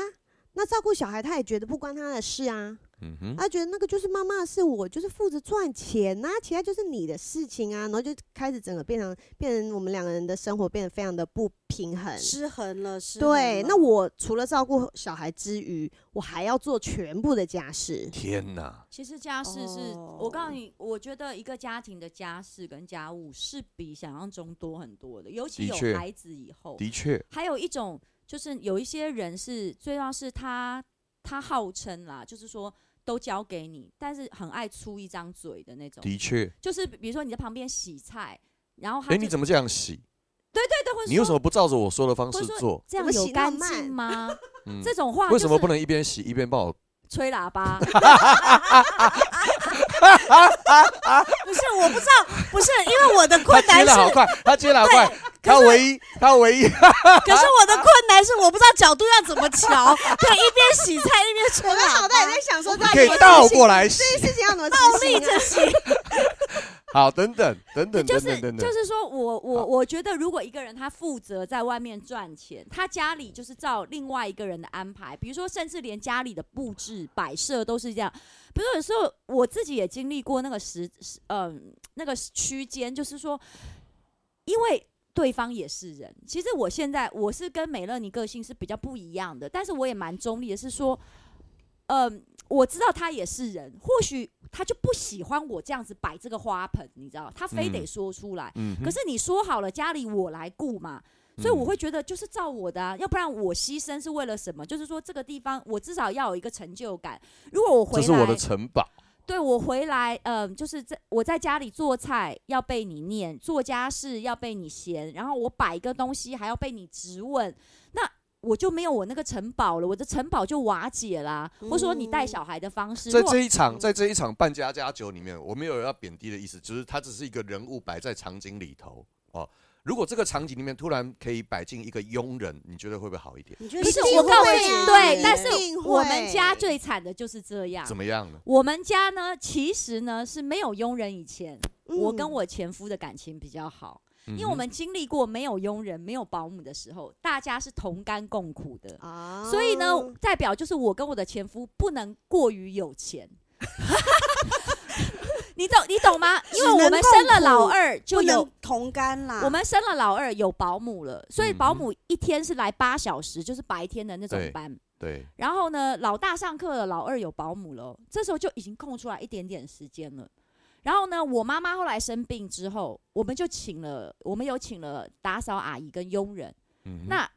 Speaker 6: 那照顾小孩，他也觉得不关他的事啊，
Speaker 5: 嗯哼，
Speaker 6: 他觉得那个就是妈妈的事，我就是负责赚钱呐、其他就是你的事情啊。然后就开始整个变成变成我们两个人的生活变得非常的不平衡。
Speaker 4: 失衡了，失衡
Speaker 6: 对，
Speaker 4: 了
Speaker 6: 那我除了照顾小孩之余，我还要做全部的家 事。
Speaker 5: 天哪，
Speaker 3: 其实家事是、我告诉
Speaker 4: 哦
Speaker 3: 你，我觉得一个家庭的家事跟家务是比想象中多很多的，尤其
Speaker 5: 的
Speaker 3: 有
Speaker 5: 确
Speaker 3: 孩子以后。
Speaker 5: 的确，
Speaker 3: 还有一种就是有一些人是，最重要是他他号称啦，就是说都交给你，但是很爱出一张嘴的那种，
Speaker 5: 的确。
Speaker 3: 就是比如说你在旁边洗菜，然后他
Speaker 5: 哎，
Speaker 3: 就
Speaker 5: 你怎么这样洗？
Speaker 3: 对对，或者
Speaker 5: 你为什
Speaker 3: 说
Speaker 5: 么不照着我说的方
Speaker 3: 或
Speaker 5: 式
Speaker 3: 者说
Speaker 5: 做？
Speaker 3: 这样
Speaker 6: 怎么
Speaker 3: 有
Speaker 6: 洗那
Speaker 3: 干
Speaker 6: 么
Speaker 3: 净吗？
Speaker 5: 嗯，
Speaker 3: 这种话
Speaker 5: 为什么不
Speaker 3: 能
Speaker 5: 能一边洗一边帮我？
Speaker 3: 吹喇 叭？
Speaker 4: 不是我不知道，不是因为我的
Speaker 5: 他
Speaker 4: 困
Speaker 5: 接
Speaker 4: 难
Speaker 5: 的好
Speaker 4: 是，
Speaker 5: 快，他接的好快，他唯一他唯一
Speaker 4: 可是我的困难是我不知道角度要怎么 调，可以一边洗菜一边吹
Speaker 6: 我们
Speaker 4: 喇
Speaker 6: 好歹
Speaker 4: 叭
Speaker 6: 也在想说，到底
Speaker 5: 可以
Speaker 6: 我
Speaker 5: 倒过来洗。
Speaker 6: 这件事情要 怎么啊倒
Speaker 4: 倒立着洗，
Speaker 5: 好，等等等等
Speaker 3: 就
Speaker 5: 等
Speaker 3: 是
Speaker 5: 等等
Speaker 3: 就
Speaker 5: 等，
Speaker 3: 是说我
Speaker 5: 好
Speaker 3: 我我觉得，如果一个人他负责在外面赚钱，他家里就是照另外一个人的安排，比如说甚至连家里的布置摆设都是这样。比如说有时候我自己也经历过那个时时嗯、那个区间，就是说，因为。对方也是人，其实我现在我是跟美乐妮个性是比较不一样的，但是我也蛮中立的，是说，嗯、我知道他也是人，或许他就不喜欢我这样子摆这个花盆，你知道，他非得
Speaker 5: 嗯
Speaker 3: 说出来。
Speaker 5: 嗯哼，嗯
Speaker 3: 可是你说好了，家里我来顾嘛，所以我会觉得就是照我的啊，要不然我牺牲是为了什么？就是说这个地方我至少要有一个成就感。如果我回
Speaker 5: 这是我
Speaker 3: 来
Speaker 5: 的，城堡。
Speaker 3: 对我回来，嗯、就是在我在家里做菜要被你念，做家事要被你嫌，然后我摆一个东西还要被你质问，那。我就没有我那个城堡了，我的城堡就瓦解啦、或者说你带小孩的方式，
Speaker 5: 在
Speaker 3: 如果
Speaker 5: 这一场，在这一场扮家家酒里面，我没有要贬低的意思，只是它只是一个人物摆在场景里头哦。如果这个场景里面突然可以摆进一个佣人，你觉得会不会好一点？
Speaker 4: 你觉得
Speaker 3: 不是
Speaker 4: 一定
Speaker 3: 我告诉
Speaker 4: 会
Speaker 3: 你，
Speaker 4: 啊
Speaker 3: 对，
Speaker 6: 一
Speaker 3: 但是
Speaker 6: 定会
Speaker 3: 我们家最惨的就是这样
Speaker 5: 怎。么样呢？
Speaker 3: 我们家呢，其实呢是没有佣人以前，我跟
Speaker 6: 嗯
Speaker 3: 我前夫的感情比较好，
Speaker 5: 因
Speaker 3: 因为我们经历过没有佣人、没有保姆的时候，大家是同甘共苦的。
Speaker 6: 啊
Speaker 3: 所以呢，
Speaker 4: 哦
Speaker 3: 代表就是我跟我的前夫不能过于有钱。 你懂你懂吗？因为
Speaker 4: 只能
Speaker 3: 我们生了
Speaker 4: 共苦啊
Speaker 3: 老二，就
Speaker 4: 不
Speaker 3: 有
Speaker 4: 能同甘啦。
Speaker 3: 我们生了老二有保姆了，所以
Speaker 5: 嗯
Speaker 3: 保
Speaker 5: 哼
Speaker 3: 姆一天是来八小时，就是白天的那种
Speaker 5: 对
Speaker 3: 班。
Speaker 5: 对，
Speaker 3: 然后呢，老大上课了，老二有保姆了，这时候就已经空出来一点点时间了。然后呢，我妈妈后来生病之后，我们就请了，我们有请了打扫阿姨跟佣人，
Speaker 5: 嗯哼
Speaker 3: 那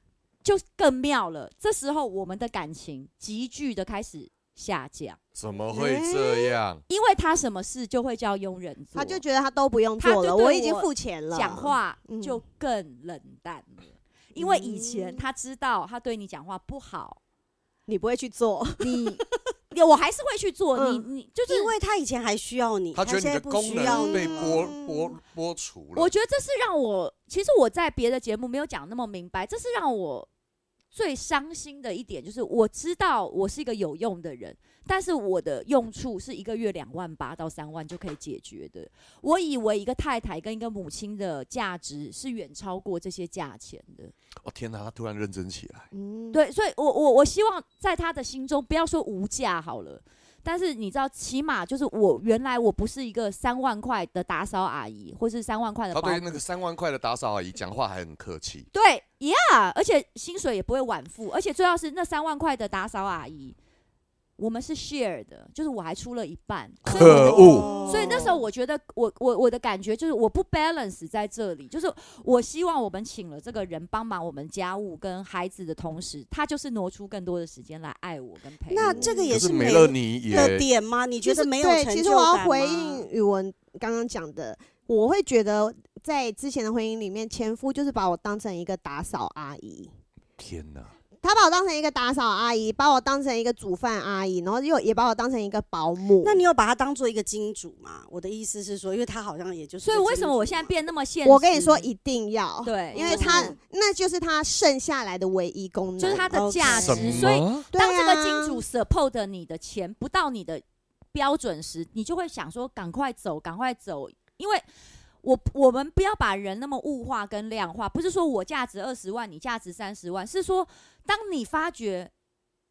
Speaker 3: 就更妙了。这时候我们的感情急剧的开始下降，
Speaker 5: 怎么会这样？
Speaker 3: 因为他什么事就会叫佣人做，
Speaker 6: 他就觉得他都不用
Speaker 3: 他
Speaker 6: 做
Speaker 3: 就
Speaker 6: 了，
Speaker 3: 对
Speaker 6: 我已经
Speaker 3: 我
Speaker 6: 付钱了，
Speaker 3: 讲话
Speaker 6: 嗯
Speaker 3: 就更冷淡了。因为以前他知道他对你讲话 不好，
Speaker 6: 你不会去做，
Speaker 3: 你我还是会去做，你
Speaker 6: 嗯
Speaker 3: 你就是
Speaker 4: 因为他以前还需要你，
Speaker 5: 他觉得
Speaker 4: 现
Speaker 5: 你
Speaker 4: 在
Speaker 5: 的
Speaker 4: 不
Speaker 5: 功
Speaker 4: 需要
Speaker 5: 能
Speaker 4: 你
Speaker 5: 被剥
Speaker 6: 嗯
Speaker 5: 剥剥除了
Speaker 3: 我。觉得这是让我，其实我在别的节目没有讲那么明白，这是让我最伤心的一点，就是我知道我是一个有用的人，但是我的用处是一个月两万八到三万就可以解决的。我以为一个太太跟一个母亲的价值是远超过这些价钱的，
Speaker 5: 哦天哪，他突然认真起来。
Speaker 6: 嗯，
Speaker 3: 对，所以我我我希望在他的心中不要说无价好了。但是你知道，起码就是我原来我不是一个三万块的打扫阿姨，或是三万
Speaker 6: 呃
Speaker 3: 块的
Speaker 5: 他
Speaker 3: 保
Speaker 5: 对
Speaker 3: 姆
Speaker 5: 那个三万块的打扫阿姨讲话还很客气，
Speaker 3: 对，Yeah，而且薪水也不会晚付，而且最重要是那三万块的打扫阿姨，我们是 share 的，就是我还出了一半，所以我
Speaker 5: 可恶！
Speaker 4: 哦
Speaker 3: 所以那时候我觉得我我我的感觉就是我不 balance 在这里，就是我希望我们请了这个人帮忙我们家务跟孩子的同时，他就是挪出更多的时间来爱我跟陪我。
Speaker 4: 那这个也
Speaker 5: 嗯可是
Speaker 4: 是
Speaker 5: 美
Speaker 4: 美
Speaker 5: 乐妮
Speaker 4: 的
Speaker 5: 也
Speaker 4: 点吗？你觉
Speaker 6: 就是
Speaker 4: 得没有
Speaker 6: 对，
Speaker 4: 成
Speaker 6: 其实
Speaker 4: 就
Speaker 6: 我要
Speaker 4: 感
Speaker 6: 回
Speaker 4: 吗
Speaker 6: 应宇文刚刚讲的，我会觉得在之前的婚姻里面，前夫就是把我当成一个打扫阿姨。
Speaker 5: 天哪，
Speaker 6: 他把我当成一个打扫阿姨，把我当成一个煮饭阿姨，然后又也把我当成一个保姆。
Speaker 4: 那你有把他当做一个金主吗？我的意思是说，因为他好像也就是
Speaker 3: 所
Speaker 4: 个金
Speaker 3: 以
Speaker 4: 主嘛，
Speaker 3: 为什么我现在变那么现实？
Speaker 6: 我跟你说，一定要，
Speaker 3: 对，
Speaker 6: 因为
Speaker 3: 就是
Speaker 6: 他那就是他剩下来的唯一功能，
Speaker 3: 就是它的价值
Speaker 5: 什，
Speaker 4: OK
Speaker 3: 所以
Speaker 5: 么？
Speaker 6: 对啊
Speaker 3: 当这个金主 support 你的钱不到你的标准时，你就会想说赶快走，赶快走，因为。我我们不要把人那么物化跟量化，不是说我价值二十万，你价值三十万，是说当你发觉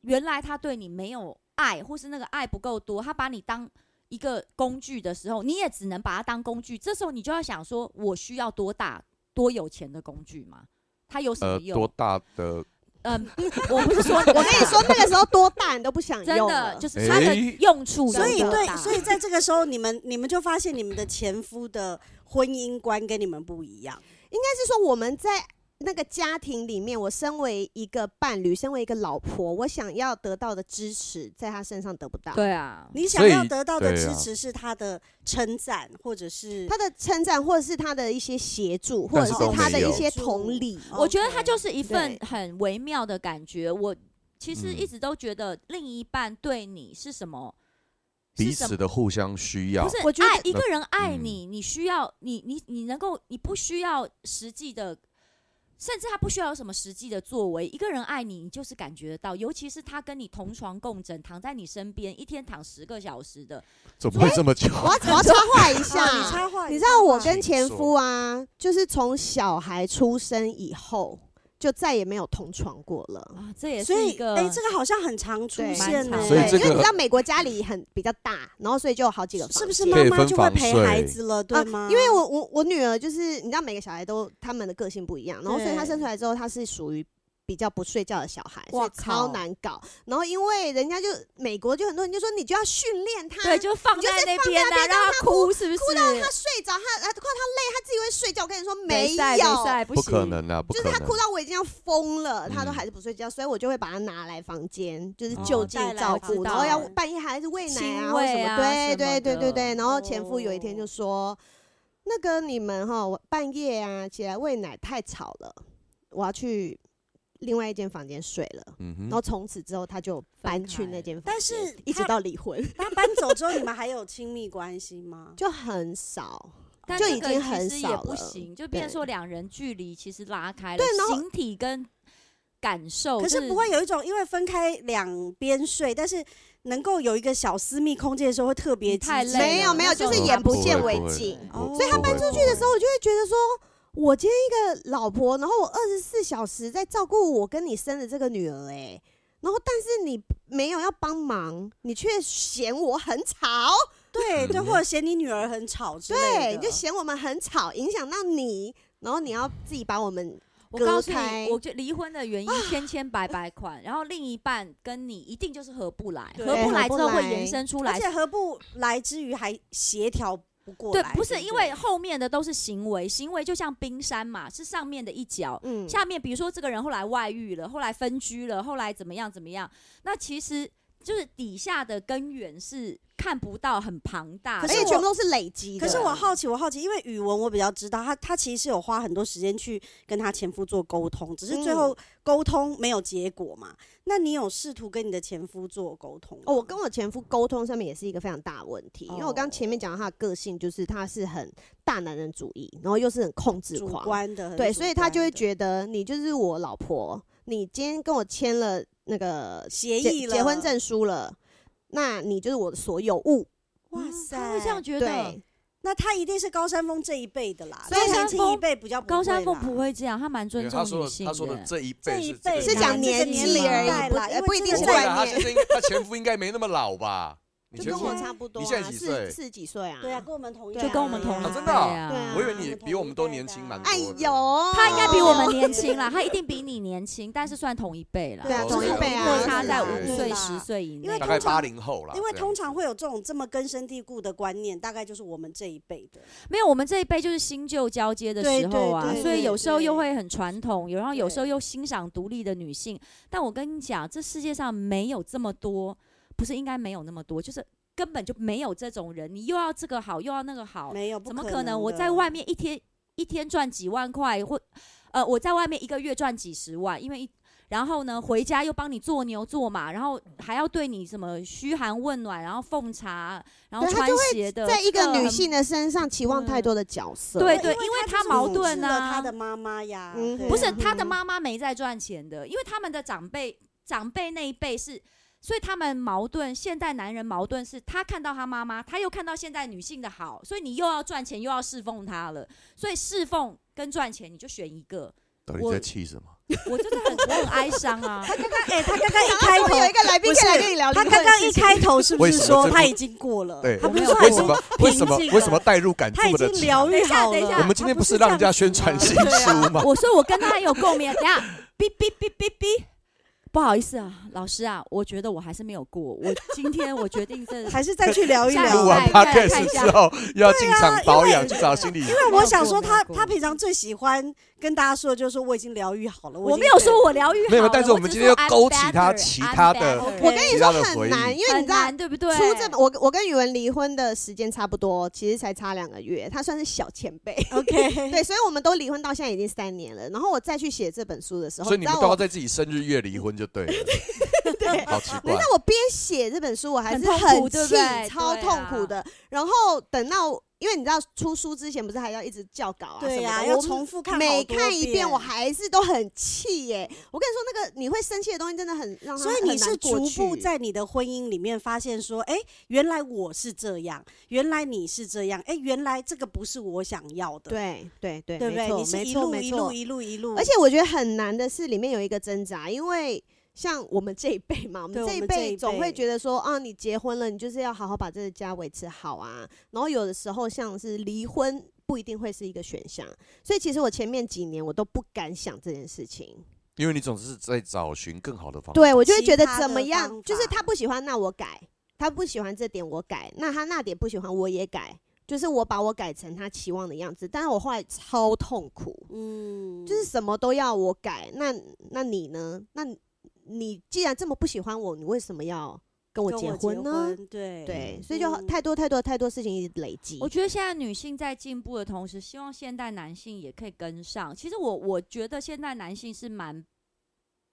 Speaker 3: 原来他对你没有爱，或是那个爱不够多，他把你当一个工具的时候，你也只能把它当工具。这时候你就要想说，我需要多大多有钱的工具吗？他有什
Speaker 5: 呃
Speaker 3: 么，用？
Speaker 5: 多大的？
Speaker 3: 嗯，我不是说你，我
Speaker 6: 我跟你说，那个时候多大你都不想
Speaker 3: 真
Speaker 6: 用
Speaker 3: 的
Speaker 6: 了，
Speaker 3: 就是它的
Speaker 5: 哎
Speaker 3: 用处
Speaker 4: 所以
Speaker 3: 有多
Speaker 4: 对
Speaker 3: 大，
Speaker 4: 所以在这个时候，你们你们就发现你们的前夫的婚姻观跟你们不一样。
Speaker 6: 但是说我们在那个家庭里面，我身为一个伴侣，身为一个老婆，我想要得到的支持，在他身上得不到。
Speaker 3: 对啊，
Speaker 4: 你想要
Speaker 5: 所以
Speaker 4: 得到的
Speaker 5: 对
Speaker 4: 支
Speaker 5: 啊
Speaker 4: 持是他的称赞，或者是
Speaker 6: 他的称赞，或者是他的一些协助，或
Speaker 5: 但
Speaker 6: 者
Speaker 5: 是
Speaker 6: 是
Speaker 5: 都
Speaker 6: 他的
Speaker 5: 没有
Speaker 6: 一些同理，
Speaker 4: 哦
Speaker 3: 我觉得它
Speaker 4: OK
Speaker 3: 就是一份
Speaker 6: 对
Speaker 3: 很微妙的感觉。我其实
Speaker 5: 嗯
Speaker 3: 一直都觉得另一半对你是什么，
Speaker 5: 彼
Speaker 3: 是什
Speaker 5: 此
Speaker 3: 么
Speaker 5: 的互相需要嗯
Speaker 3: 不是，
Speaker 6: 我觉得
Speaker 3: 爱一个人爱你，你需要你你你能够，你不需要实际的。甚至他不需要有什么实际的作为，一个人爱你，你就是感觉得到。尤其是他跟你同床共枕，躺在你身边，一天躺十个小时的，
Speaker 5: 怎么会这么久？
Speaker 6: 我要我要插话一
Speaker 4: 啊你
Speaker 6: 下，
Speaker 4: 插话，
Speaker 6: 你知道我
Speaker 4: 插话
Speaker 6: 跟前夫啊，就是从小孩出生以后，就再也没有同床过了。
Speaker 3: 啊，这也
Speaker 4: 所
Speaker 3: 是一
Speaker 4: 以
Speaker 3: 个
Speaker 4: 哎，这个好像很常出
Speaker 6: 对
Speaker 4: 现呢
Speaker 3: 蛮常。
Speaker 5: 所以这
Speaker 6: 因为
Speaker 5: 个
Speaker 6: 你知道美国家里很比较大，然后所以就有好几个房
Speaker 4: 是不是
Speaker 6: 间
Speaker 4: 妈
Speaker 5: 可以
Speaker 4: 妈
Speaker 5: 分
Speaker 4: 就会
Speaker 5: 房
Speaker 4: 陪
Speaker 5: 睡
Speaker 4: 孩子了，对
Speaker 6: 啊
Speaker 4: 吗？
Speaker 6: 因为我我我女儿就是你知道每个小孩都他们的个性不一样，然后所以她
Speaker 4: 对
Speaker 6: 生出来之后她是属于。比较不睡觉的小孩，所
Speaker 3: 哇
Speaker 6: 以超
Speaker 3: 靠
Speaker 6: 难搞。然后因为人家就美国就很多人就说你就要训练他，
Speaker 3: 对，就放
Speaker 6: 你
Speaker 3: 在
Speaker 6: 就是
Speaker 3: 那
Speaker 6: 放在
Speaker 3: 边
Speaker 6: 那
Speaker 3: 啊，
Speaker 6: 边
Speaker 3: 让
Speaker 6: 让
Speaker 3: 他
Speaker 6: 他
Speaker 3: 哭，是不是？
Speaker 6: 哭到他睡着，他啊，哭到他累，他自己会睡觉。我跟你说没有，
Speaker 3: 赛没赛，不
Speaker 5: 不可
Speaker 3: 行。
Speaker 5: 能啊！不
Speaker 6: 就
Speaker 5: 可
Speaker 6: 是
Speaker 5: 能。
Speaker 6: 他哭到我已经要疯了，他都
Speaker 5: 嗯
Speaker 6: 还是不睡觉，所以我就会把他拿来房间，就是
Speaker 5: 哦
Speaker 6: 就近
Speaker 4: 带来
Speaker 6: 照
Speaker 3: 我知
Speaker 6: 顾，然
Speaker 3: 道
Speaker 6: 后要
Speaker 4: 了
Speaker 6: 半夜还是喂奶
Speaker 3: 哦亲
Speaker 6: 啊，或
Speaker 3: 喂
Speaker 6: 什
Speaker 3: 啊
Speaker 6: 么，
Speaker 3: 什
Speaker 6: 对
Speaker 3: 么
Speaker 6: 对对对
Speaker 3: 的
Speaker 6: 对。然后前夫有一天就
Speaker 4: 哦
Speaker 6: 说：“那个你们哈，我半夜啊起来喂奶太吵了，我要去另外一间房间睡了。”
Speaker 5: 嗯
Speaker 6: 然
Speaker 5: 哼
Speaker 6: 后，从此之后，他就
Speaker 3: 分
Speaker 6: 搬去
Speaker 3: 开
Speaker 6: 那间房
Speaker 4: 但
Speaker 6: 间，
Speaker 4: 是
Speaker 6: 一直
Speaker 4: 他
Speaker 6: 到离婚
Speaker 4: 他搬走之后，你们还有亲密关系吗？
Speaker 6: 就很少。
Speaker 3: 但
Speaker 6: 就
Speaker 3: 这
Speaker 6: 已
Speaker 3: 个
Speaker 6: 经
Speaker 3: 其
Speaker 6: 很
Speaker 3: 实
Speaker 6: 少
Speaker 3: 也不
Speaker 6: 了
Speaker 3: 行，就变成
Speaker 6: 对
Speaker 3: 说两人距离其实拉开了，
Speaker 6: 对然后
Speaker 3: 形体跟感
Speaker 6: 哦
Speaker 3: 受，
Speaker 4: 可是不会有一种，因为分开两边睡，但是能够有一个小私密空间的时候，会特别
Speaker 3: 你太
Speaker 4: 积极
Speaker 3: 累
Speaker 6: 没有
Speaker 3: 了
Speaker 6: 没
Speaker 3: 那
Speaker 6: 有，
Speaker 3: 时
Speaker 6: 就是
Speaker 3: 候
Speaker 6: 眼
Speaker 3: 他
Speaker 6: 不
Speaker 3: 不
Speaker 6: 见
Speaker 3: 会
Speaker 6: 为
Speaker 5: 不会
Speaker 6: 净。
Speaker 4: 哦
Speaker 6: 所以他搬出去的时
Speaker 5: 候，
Speaker 6: 候，我就会觉得说，我今天一个老婆，然后我二十四小时在照顾我跟你生的这个女儿、哎，然后但是你没有要帮忙，你却嫌我很吵，
Speaker 4: 对对，或者嫌你女儿很吵之类
Speaker 6: 对，
Speaker 4: 的，
Speaker 6: 你就嫌我们很吵，影响到你，然后你要自己把我们
Speaker 3: 我
Speaker 6: 隔
Speaker 3: 告诉
Speaker 6: 开啊
Speaker 3: 你，我觉得离婚的原因千千百百款，然后另一半跟你一定就是合不来，
Speaker 4: 对
Speaker 3: 合不
Speaker 6: 合
Speaker 3: 来
Speaker 6: 不
Speaker 3: 之后会
Speaker 6: 来
Speaker 3: 延伸出
Speaker 4: 而
Speaker 3: 来
Speaker 4: 且合不来之余还协调不过
Speaker 3: 对
Speaker 4: 来，，
Speaker 3: 不是
Speaker 4: 对
Speaker 3: 因为后面的都是行为，行为就像冰山嘛，是上面的一角，
Speaker 6: 嗯，
Speaker 3: 下面比如说这个人后来外遇了，后来分居了，后来怎么样怎么样，那其实就是底下的根源是看不到，很庞大
Speaker 6: 而
Speaker 3: 的。
Speaker 4: 可是
Speaker 6: 且
Speaker 4: 我
Speaker 6: 全部都是累积的。
Speaker 4: 可是我好奇，我好奇，因为语文我比较知道，她她其实是有花很多时间去跟她前夫做沟通，只是最后
Speaker 6: 嗯
Speaker 4: 沟通没有结果嘛。那你有试图跟你的前夫做沟通吗？
Speaker 6: 哦，我跟我前夫沟通上面也是一个非常大的问题，因为我刚
Speaker 4: 哦
Speaker 6: 前面讲到他的个性就是他是很大男人主义，然后又是很控制
Speaker 4: 主
Speaker 6: 狂，
Speaker 4: 观的，很
Speaker 6: 对，
Speaker 4: 主
Speaker 6: 所以他就会
Speaker 4: 观的
Speaker 6: 觉得你就是我老婆，你今天跟我签了那个
Speaker 4: 协
Speaker 6: 结
Speaker 4: 议了
Speaker 6: 结婚。证书了，那你就是我的所有物。
Speaker 4: 哇
Speaker 3: 嗯
Speaker 4: 塞，
Speaker 3: 他会这样觉得
Speaker 6: 对。，
Speaker 4: 那他一定是高山峰这一辈的啦，
Speaker 3: 所以
Speaker 4: 高
Speaker 3: 山
Speaker 4: 山
Speaker 3: 峰
Speaker 4: 青一辈比较不
Speaker 3: 高山
Speaker 4: 会
Speaker 3: 峰
Speaker 4: 啦
Speaker 3: 不会啊这样，他蛮尊重
Speaker 5: 他
Speaker 3: 女
Speaker 5: 说
Speaker 3: 性
Speaker 5: 他说的这一
Speaker 4: 这
Speaker 5: 辈
Speaker 4: 一
Speaker 5: 是
Speaker 4: 辈
Speaker 6: 是
Speaker 4: 啦
Speaker 6: 讲
Speaker 4: 这个
Speaker 6: 年纪
Speaker 4: 代
Speaker 6: 而已
Speaker 4: 啦，
Speaker 6: 不
Speaker 4: 因为
Speaker 6: 不一
Speaker 4: 这
Speaker 6: 定
Speaker 4: 个
Speaker 6: 是
Speaker 5: 不
Speaker 4: 代
Speaker 5: 会
Speaker 6: 观
Speaker 5: 啊，他
Speaker 6: 念
Speaker 5: 现在应该他前夫应该没那么老吧？你前
Speaker 6: 就跟
Speaker 5: 夫
Speaker 6: 我差不多、啊，
Speaker 5: 你现在几岁
Speaker 6: 四四十几岁啊？
Speaker 4: 对啊，跟我们同一
Speaker 6: 就
Speaker 4: 代啊，
Speaker 3: 跟我们同
Speaker 5: 啊
Speaker 3: 一
Speaker 5: 真
Speaker 3: 辈
Speaker 5: 的啊
Speaker 6: 对啊
Speaker 5: 我以为你比我们都年轻蛮多
Speaker 6: 哎
Speaker 5: 的
Speaker 6: 呦，
Speaker 3: 他应该比我们年轻啦，他一定比你年轻，但是算同一辈啦，
Speaker 6: 对啊，
Speaker 5: 哦
Speaker 6: 同一
Speaker 5: 是啊
Speaker 6: 辈啊，
Speaker 3: 落差
Speaker 5: 对
Speaker 3: 在
Speaker 5: 啊
Speaker 3: 五
Speaker 5: 对
Speaker 3: 岁、
Speaker 4: 啦
Speaker 3: 十岁以
Speaker 4: 因
Speaker 3: 内
Speaker 4: 为
Speaker 5: 大。
Speaker 4: 通
Speaker 5: 概
Speaker 4: 常
Speaker 5: 八零后啦。
Speaker 4: 因为
Speaker 5: 这样
Speaker 4: 通常会有这种这么根深蒂固的观念，大概就是我们这一辈的。
Speaker 3: 没有，我们这一辈就是新旧交接的时候啊
Speaker 4: 对对，对
Speaker 3: 所以有时候
Speaker 4: 对
Speaker 3: 又会很传统，然后有
Speaker 4: 对
Speaker 3: 时候又欣赏独立的女性。但我跟你讲，这世界上没有这么多，不是应该没有那么多，就是根本就没有这种人。你又要这个好，又要那个
Speaker 5: 哦
Speaker 3: 好，
Speaker 4: 没有，不
Speaker 3: 怎么
Speaker 4: 可
Speaker 3: 可能？我在外面一天一天赚几万块，或呃，我在外面一个月赚几十万，因为一然后呢回家又帮你做牛做马，然后还要对你什么嘘寒问暖，然后奉茶，然后
Speaker 6: 对他
Speaker 3: 穿
Speaker 6: 就
Speaker 3: 鞋的，
Speaker 6: 在一个
Speaker 3: 这
Speaker 6: 女
Speaker 3: 很
Speaker 6: 性的身上期望太多的角色，
Speaker 3: 对
Speaker 4: 对，
Speaker 3: 因为他
Speaker 4: 他就是
Speaker 3: 矛
Speaker 4: 统治
Speaker 3: 盾
Speaker 4: 了
Speaker 3: 啊
Speaker 4: 他的妈妈呀，
Speaker 6: 嗯
Speaker 4: 对
Speaker 3: 不是
Speaker 4: 啊
Speaker 3: 他的妈妈没在赚钱的，因为他们的长辈长辈那一辈是，所以他们矛盾。现代男人矛盾是他看到他妈妈，他又看到现代女性的好，所以你又要赚钱又要侍奉她了，所以侍奉跟赚钱你就选一个。
Speaker 5: 到底
Speaker 3: 我
Speaker 5: 在气什么？
Speaker 3: 我真的很我很哀伤啊，
Speaker 4: 哎，他刚刚一开
Speaker 6: 我有一
Speaker 4: 头，
Speaker 6: 个来宾
Speaker 4: 不是
Speaker 6: 可以来跟你聊离
Speaker 4: 他
Speaker 6: 婚的
Speaker 4: 刚刚一
Speaker 6: 事情，
Speaker 4: 开头是不
Speaker 5: 为
Speaker 4: 是
Speaker 5: 什么
Speaker 4: 说
Speaker 5: 这
Speaker 4: 他
Speaker 5: 部
Speaker 4: 已经过了？
Speaker 5: 对，
Speaker 4: 他不是
Speaker 3: 我
Speaker 4: 说
Speaker 3: 没
Speaker 4: 他
Speaker 5: 为
Speaker 4: 已
Speaker 5: 什么为什
Speaker 4: 经
Speaker 5: 么
Speaker 4: 平静
Speaker 5: 为什么
Speaker 4: 了
Speaker 5: 代入感
Speaker 4: 他
Speaker 5: 这
Speaker 4: 已
Speaker 5: 么的强
Speaker 4: 经疗？愈
Speaker 3: 等一下
Speaker 4: 好了
Speaker 3: 等一下
Speaker 5: 我们今天
Speaker 4: 他
Speaker 5: 不
Speaker 4: 是
Speaker 5: 让人
Speaker 4: 这
Speaker 5: 家
Speaker 4: 样子
Speaker 5: 宣传
Speaker 4: 吗
Speaker 5: 新
Speaker 4: 对啊
Speaker 5: 书吗？
Speaker 3: 我说我跟他很有共鸣，等一下哔哔哔哔哔。不好意思啊，老师啊，我觉得我还是没有过。我今天我决定这
Speaker 4: 还是再去聊一
Speaker 3: 下
Speaker 4: 聊
Speaker 5: 录
Speaker 3: 一
Speaker 4: 啊。
Speaker 5: 完
Speaker 3: 拜拜看一
Speaker 5: podcast
Speaker 3: 下
Speaker 5: 之后要进场保
Speaker 4: 因为
Speaker 5: 养，去找心理医生。
Speaker 4: 那我想说
Speaker 3: 没有
Speaker 4: 他，
Speaker 3: 过
Speaker 4: 他平常最喜欢跟大家说，的就是说我已经疗愈好了。
Speaker 3: 我
Speaker 4: 已
Speaker 3: 没
Speaker 4: 经
Speaker 3: 有说我疗愈好了，
Speaker 5: 没有但是
Speaker 3: 我
Speaker 5: 我们
Speaker 3: 只
Speaker 5: 今天
Speaker 3: 说
Speaker 5: 要
Speaker 3: I'm
Speaker 5: 勾起他
Speaker 3: better，
Speaker 5: 其
Speaker 3: I'm
Speaker 5: 他的
Speaker 3: better
Speaker 4: 我
Speaker 6: 我跟你
Speaker 5: 其他
Speaker 6: 说
Speaker 5: 的回忆
Speaker 6: 很难，因为
Speaker 3: 很
Speaker 6: 你知道
Speaker 3: 难，对不对？
Speaker 6: 出这本，我我跟宇文离婚的时间差不多，其实才差两个月，他算是小前辈。
Speaker 4: OK，
Speaker 6: 对，所以我们都离婚到现在已经三年了。然后我再去写这本书的时候，
Speaker 5: 所以你
Speaker 6: 知
Speaker 5: 们
Speaker 6: 道
Speaker 5: 都要
Speaker 6: 我
Speaker 5: 在自己生日月离婚就对了，
Speaker 6: 对
Speaker 5: 好奇
Speaker 6: 等
Speaker 5: 怪
Speaker 6: 一下。，我边写这本书，我还
Speaker 3: 很
Speaker 6: 是
Speaker 3: 痛苦
Speaker 6: 很
Speaker 3: 对不
Speaker 6: 气
Speaker 3: 对，
Speaker 6: 超
Speaker 3: 对
Speaker 6: 痛
Speaker 3: 啊
Speaker 6: 苦的。然后等到，因为你知道出书之前不是还要一直校稿啊什么
Speaker 4: 对呀，
Speaker 6: 的，
Speaker 4: 要
Speaker 6: 我
Speaker 4: 重复看好
Speaker 6: 每
Speaker 4: 多
Speaker 6: 看一遍
Speaker 4: 遍
Speaker 6: 我。还是都很气耶、我跟你说，那个你会生气的东西真的很让他
Speaker 4: 所以
Speaker 6: 很
Speaker 4: 你
Speaker 6: 难
Speaker 4: 是
Speaker 6: 过
Speaker 4: 逐步
Speaker 6: 去
Speaker 4: 在你的婚姻里面发现说，哎，原来我是这样，原来你是这样，哎，原来这个不是我想要的，
Speaker 6: 对对对，
Speaker 4: 对不
Speaker 6: 没
Speaker 4: 对？
Speaker 6: 错
Speaker 4: 你是
Speaker 6: 没
Speaker 4: 一
Speaker 6: 错
Speaker 4: 路
Speaker 6: 没
Speaker 4: 一
Speaker 6: 错
Speaker 4: 路一路一路，
Speaker 6: 而且我觉得很难的是，里面有一个挣扎，因为像我们这一辈嘛，我们
Speaker 4: 对
Speaker 6: 这
Speaker 4: 我
Speaker 6: 一
Speaker 4: 们这一
Speaker 6: 辈总会
Speaker 4: 辈
Speaker 6: 觉得说啊，你结婚了，你就是要好好把这个家维持好啊。然后有的时候像是离婚，不一定会是一个选项。所以其实我前面几年我都不敢想这件事情，
Speaker 5: 因为你总是在找寻更好的方法。
Speaker 6: 对我就会
Speaker 4: 哦其
Speaker 6: 觉得
Speaker 4: 他
Speaker 6: 怎
Speaker 4: 的
Speaker 6: 么样
Speaker 4: 方，
Speaker 6: 就是
Speaker 4: 法
Speaker 6: 他不喜欢，那我改；他不喜欢这点我改，那他那点不喜欢我也改。就是我把我改成他期望的样子，但是我后来超痛苦，
Speaker 4: 嗯，
Speaker 6: 就是什么都要我改，那那你呢？那你你既然这么不喜欢我，你为什么要跟我
Speaker 4: 跟
Speaker 6: 结
Speaker 4: 我
Speaker 6: 婚呢？？
Speaker 4: 对
Speaker 6: 对
Speaker 5: 嗯，
Speaker 6: 所以就
Speaker 4: 嗯
Speaker 6: 太多太多太多事情一直累积
Speaker 3: 我。觉得现在女性在进步的同时，希望现代男性也可以跟上。其实我我觉得现代男性是蛮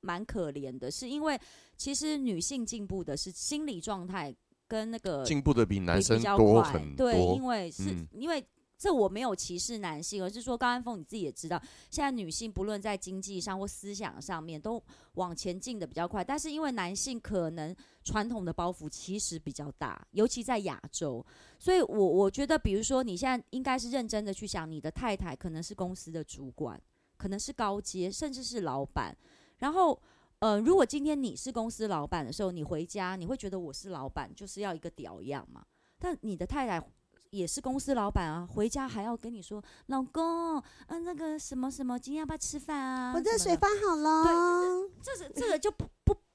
Speaker 3: 蛮可怜的，是因为其实女性进步的是心理状态跟那个
Speaker 5: 进步的比男
Speaker 3: 比
Speaker 5: 生
Speaker 3: 比较
Speaker 5: 多
Speaker 3: 快
Speaker 5: 很
Speaker 3: 对，
Speaker 5: 多
Speaker 3: 因。为是、
Speaker 5: 嗯
Speaker 3: 因为这我没有歧视男性，而是说高安峰你自己也知道，现在女性不论在经济上或思想上面都往前进的比较快，但是因为男性可能传统的包袱其实比较大，尤其在亚洲，所以我我觉得，比如说你现在应该是认真的去想，你的太太可能是公司的主管，可能是高阶，甚至是老板，然后。呃，如果今天你是公司老板的时候，你回家你会觉得我是老板就是要一个屌样嘛？但你的太太也是公司老板啊，回家还要跟你说，老公，嗯、那个什么什么，今天要不要吃饭啊？
Speaker 6: 我这
Speaker 3: 什么
Speaker 6: 水
Speaker 3: 的
Speaker 6: 放好了，
Speaker 3: 这是这个就不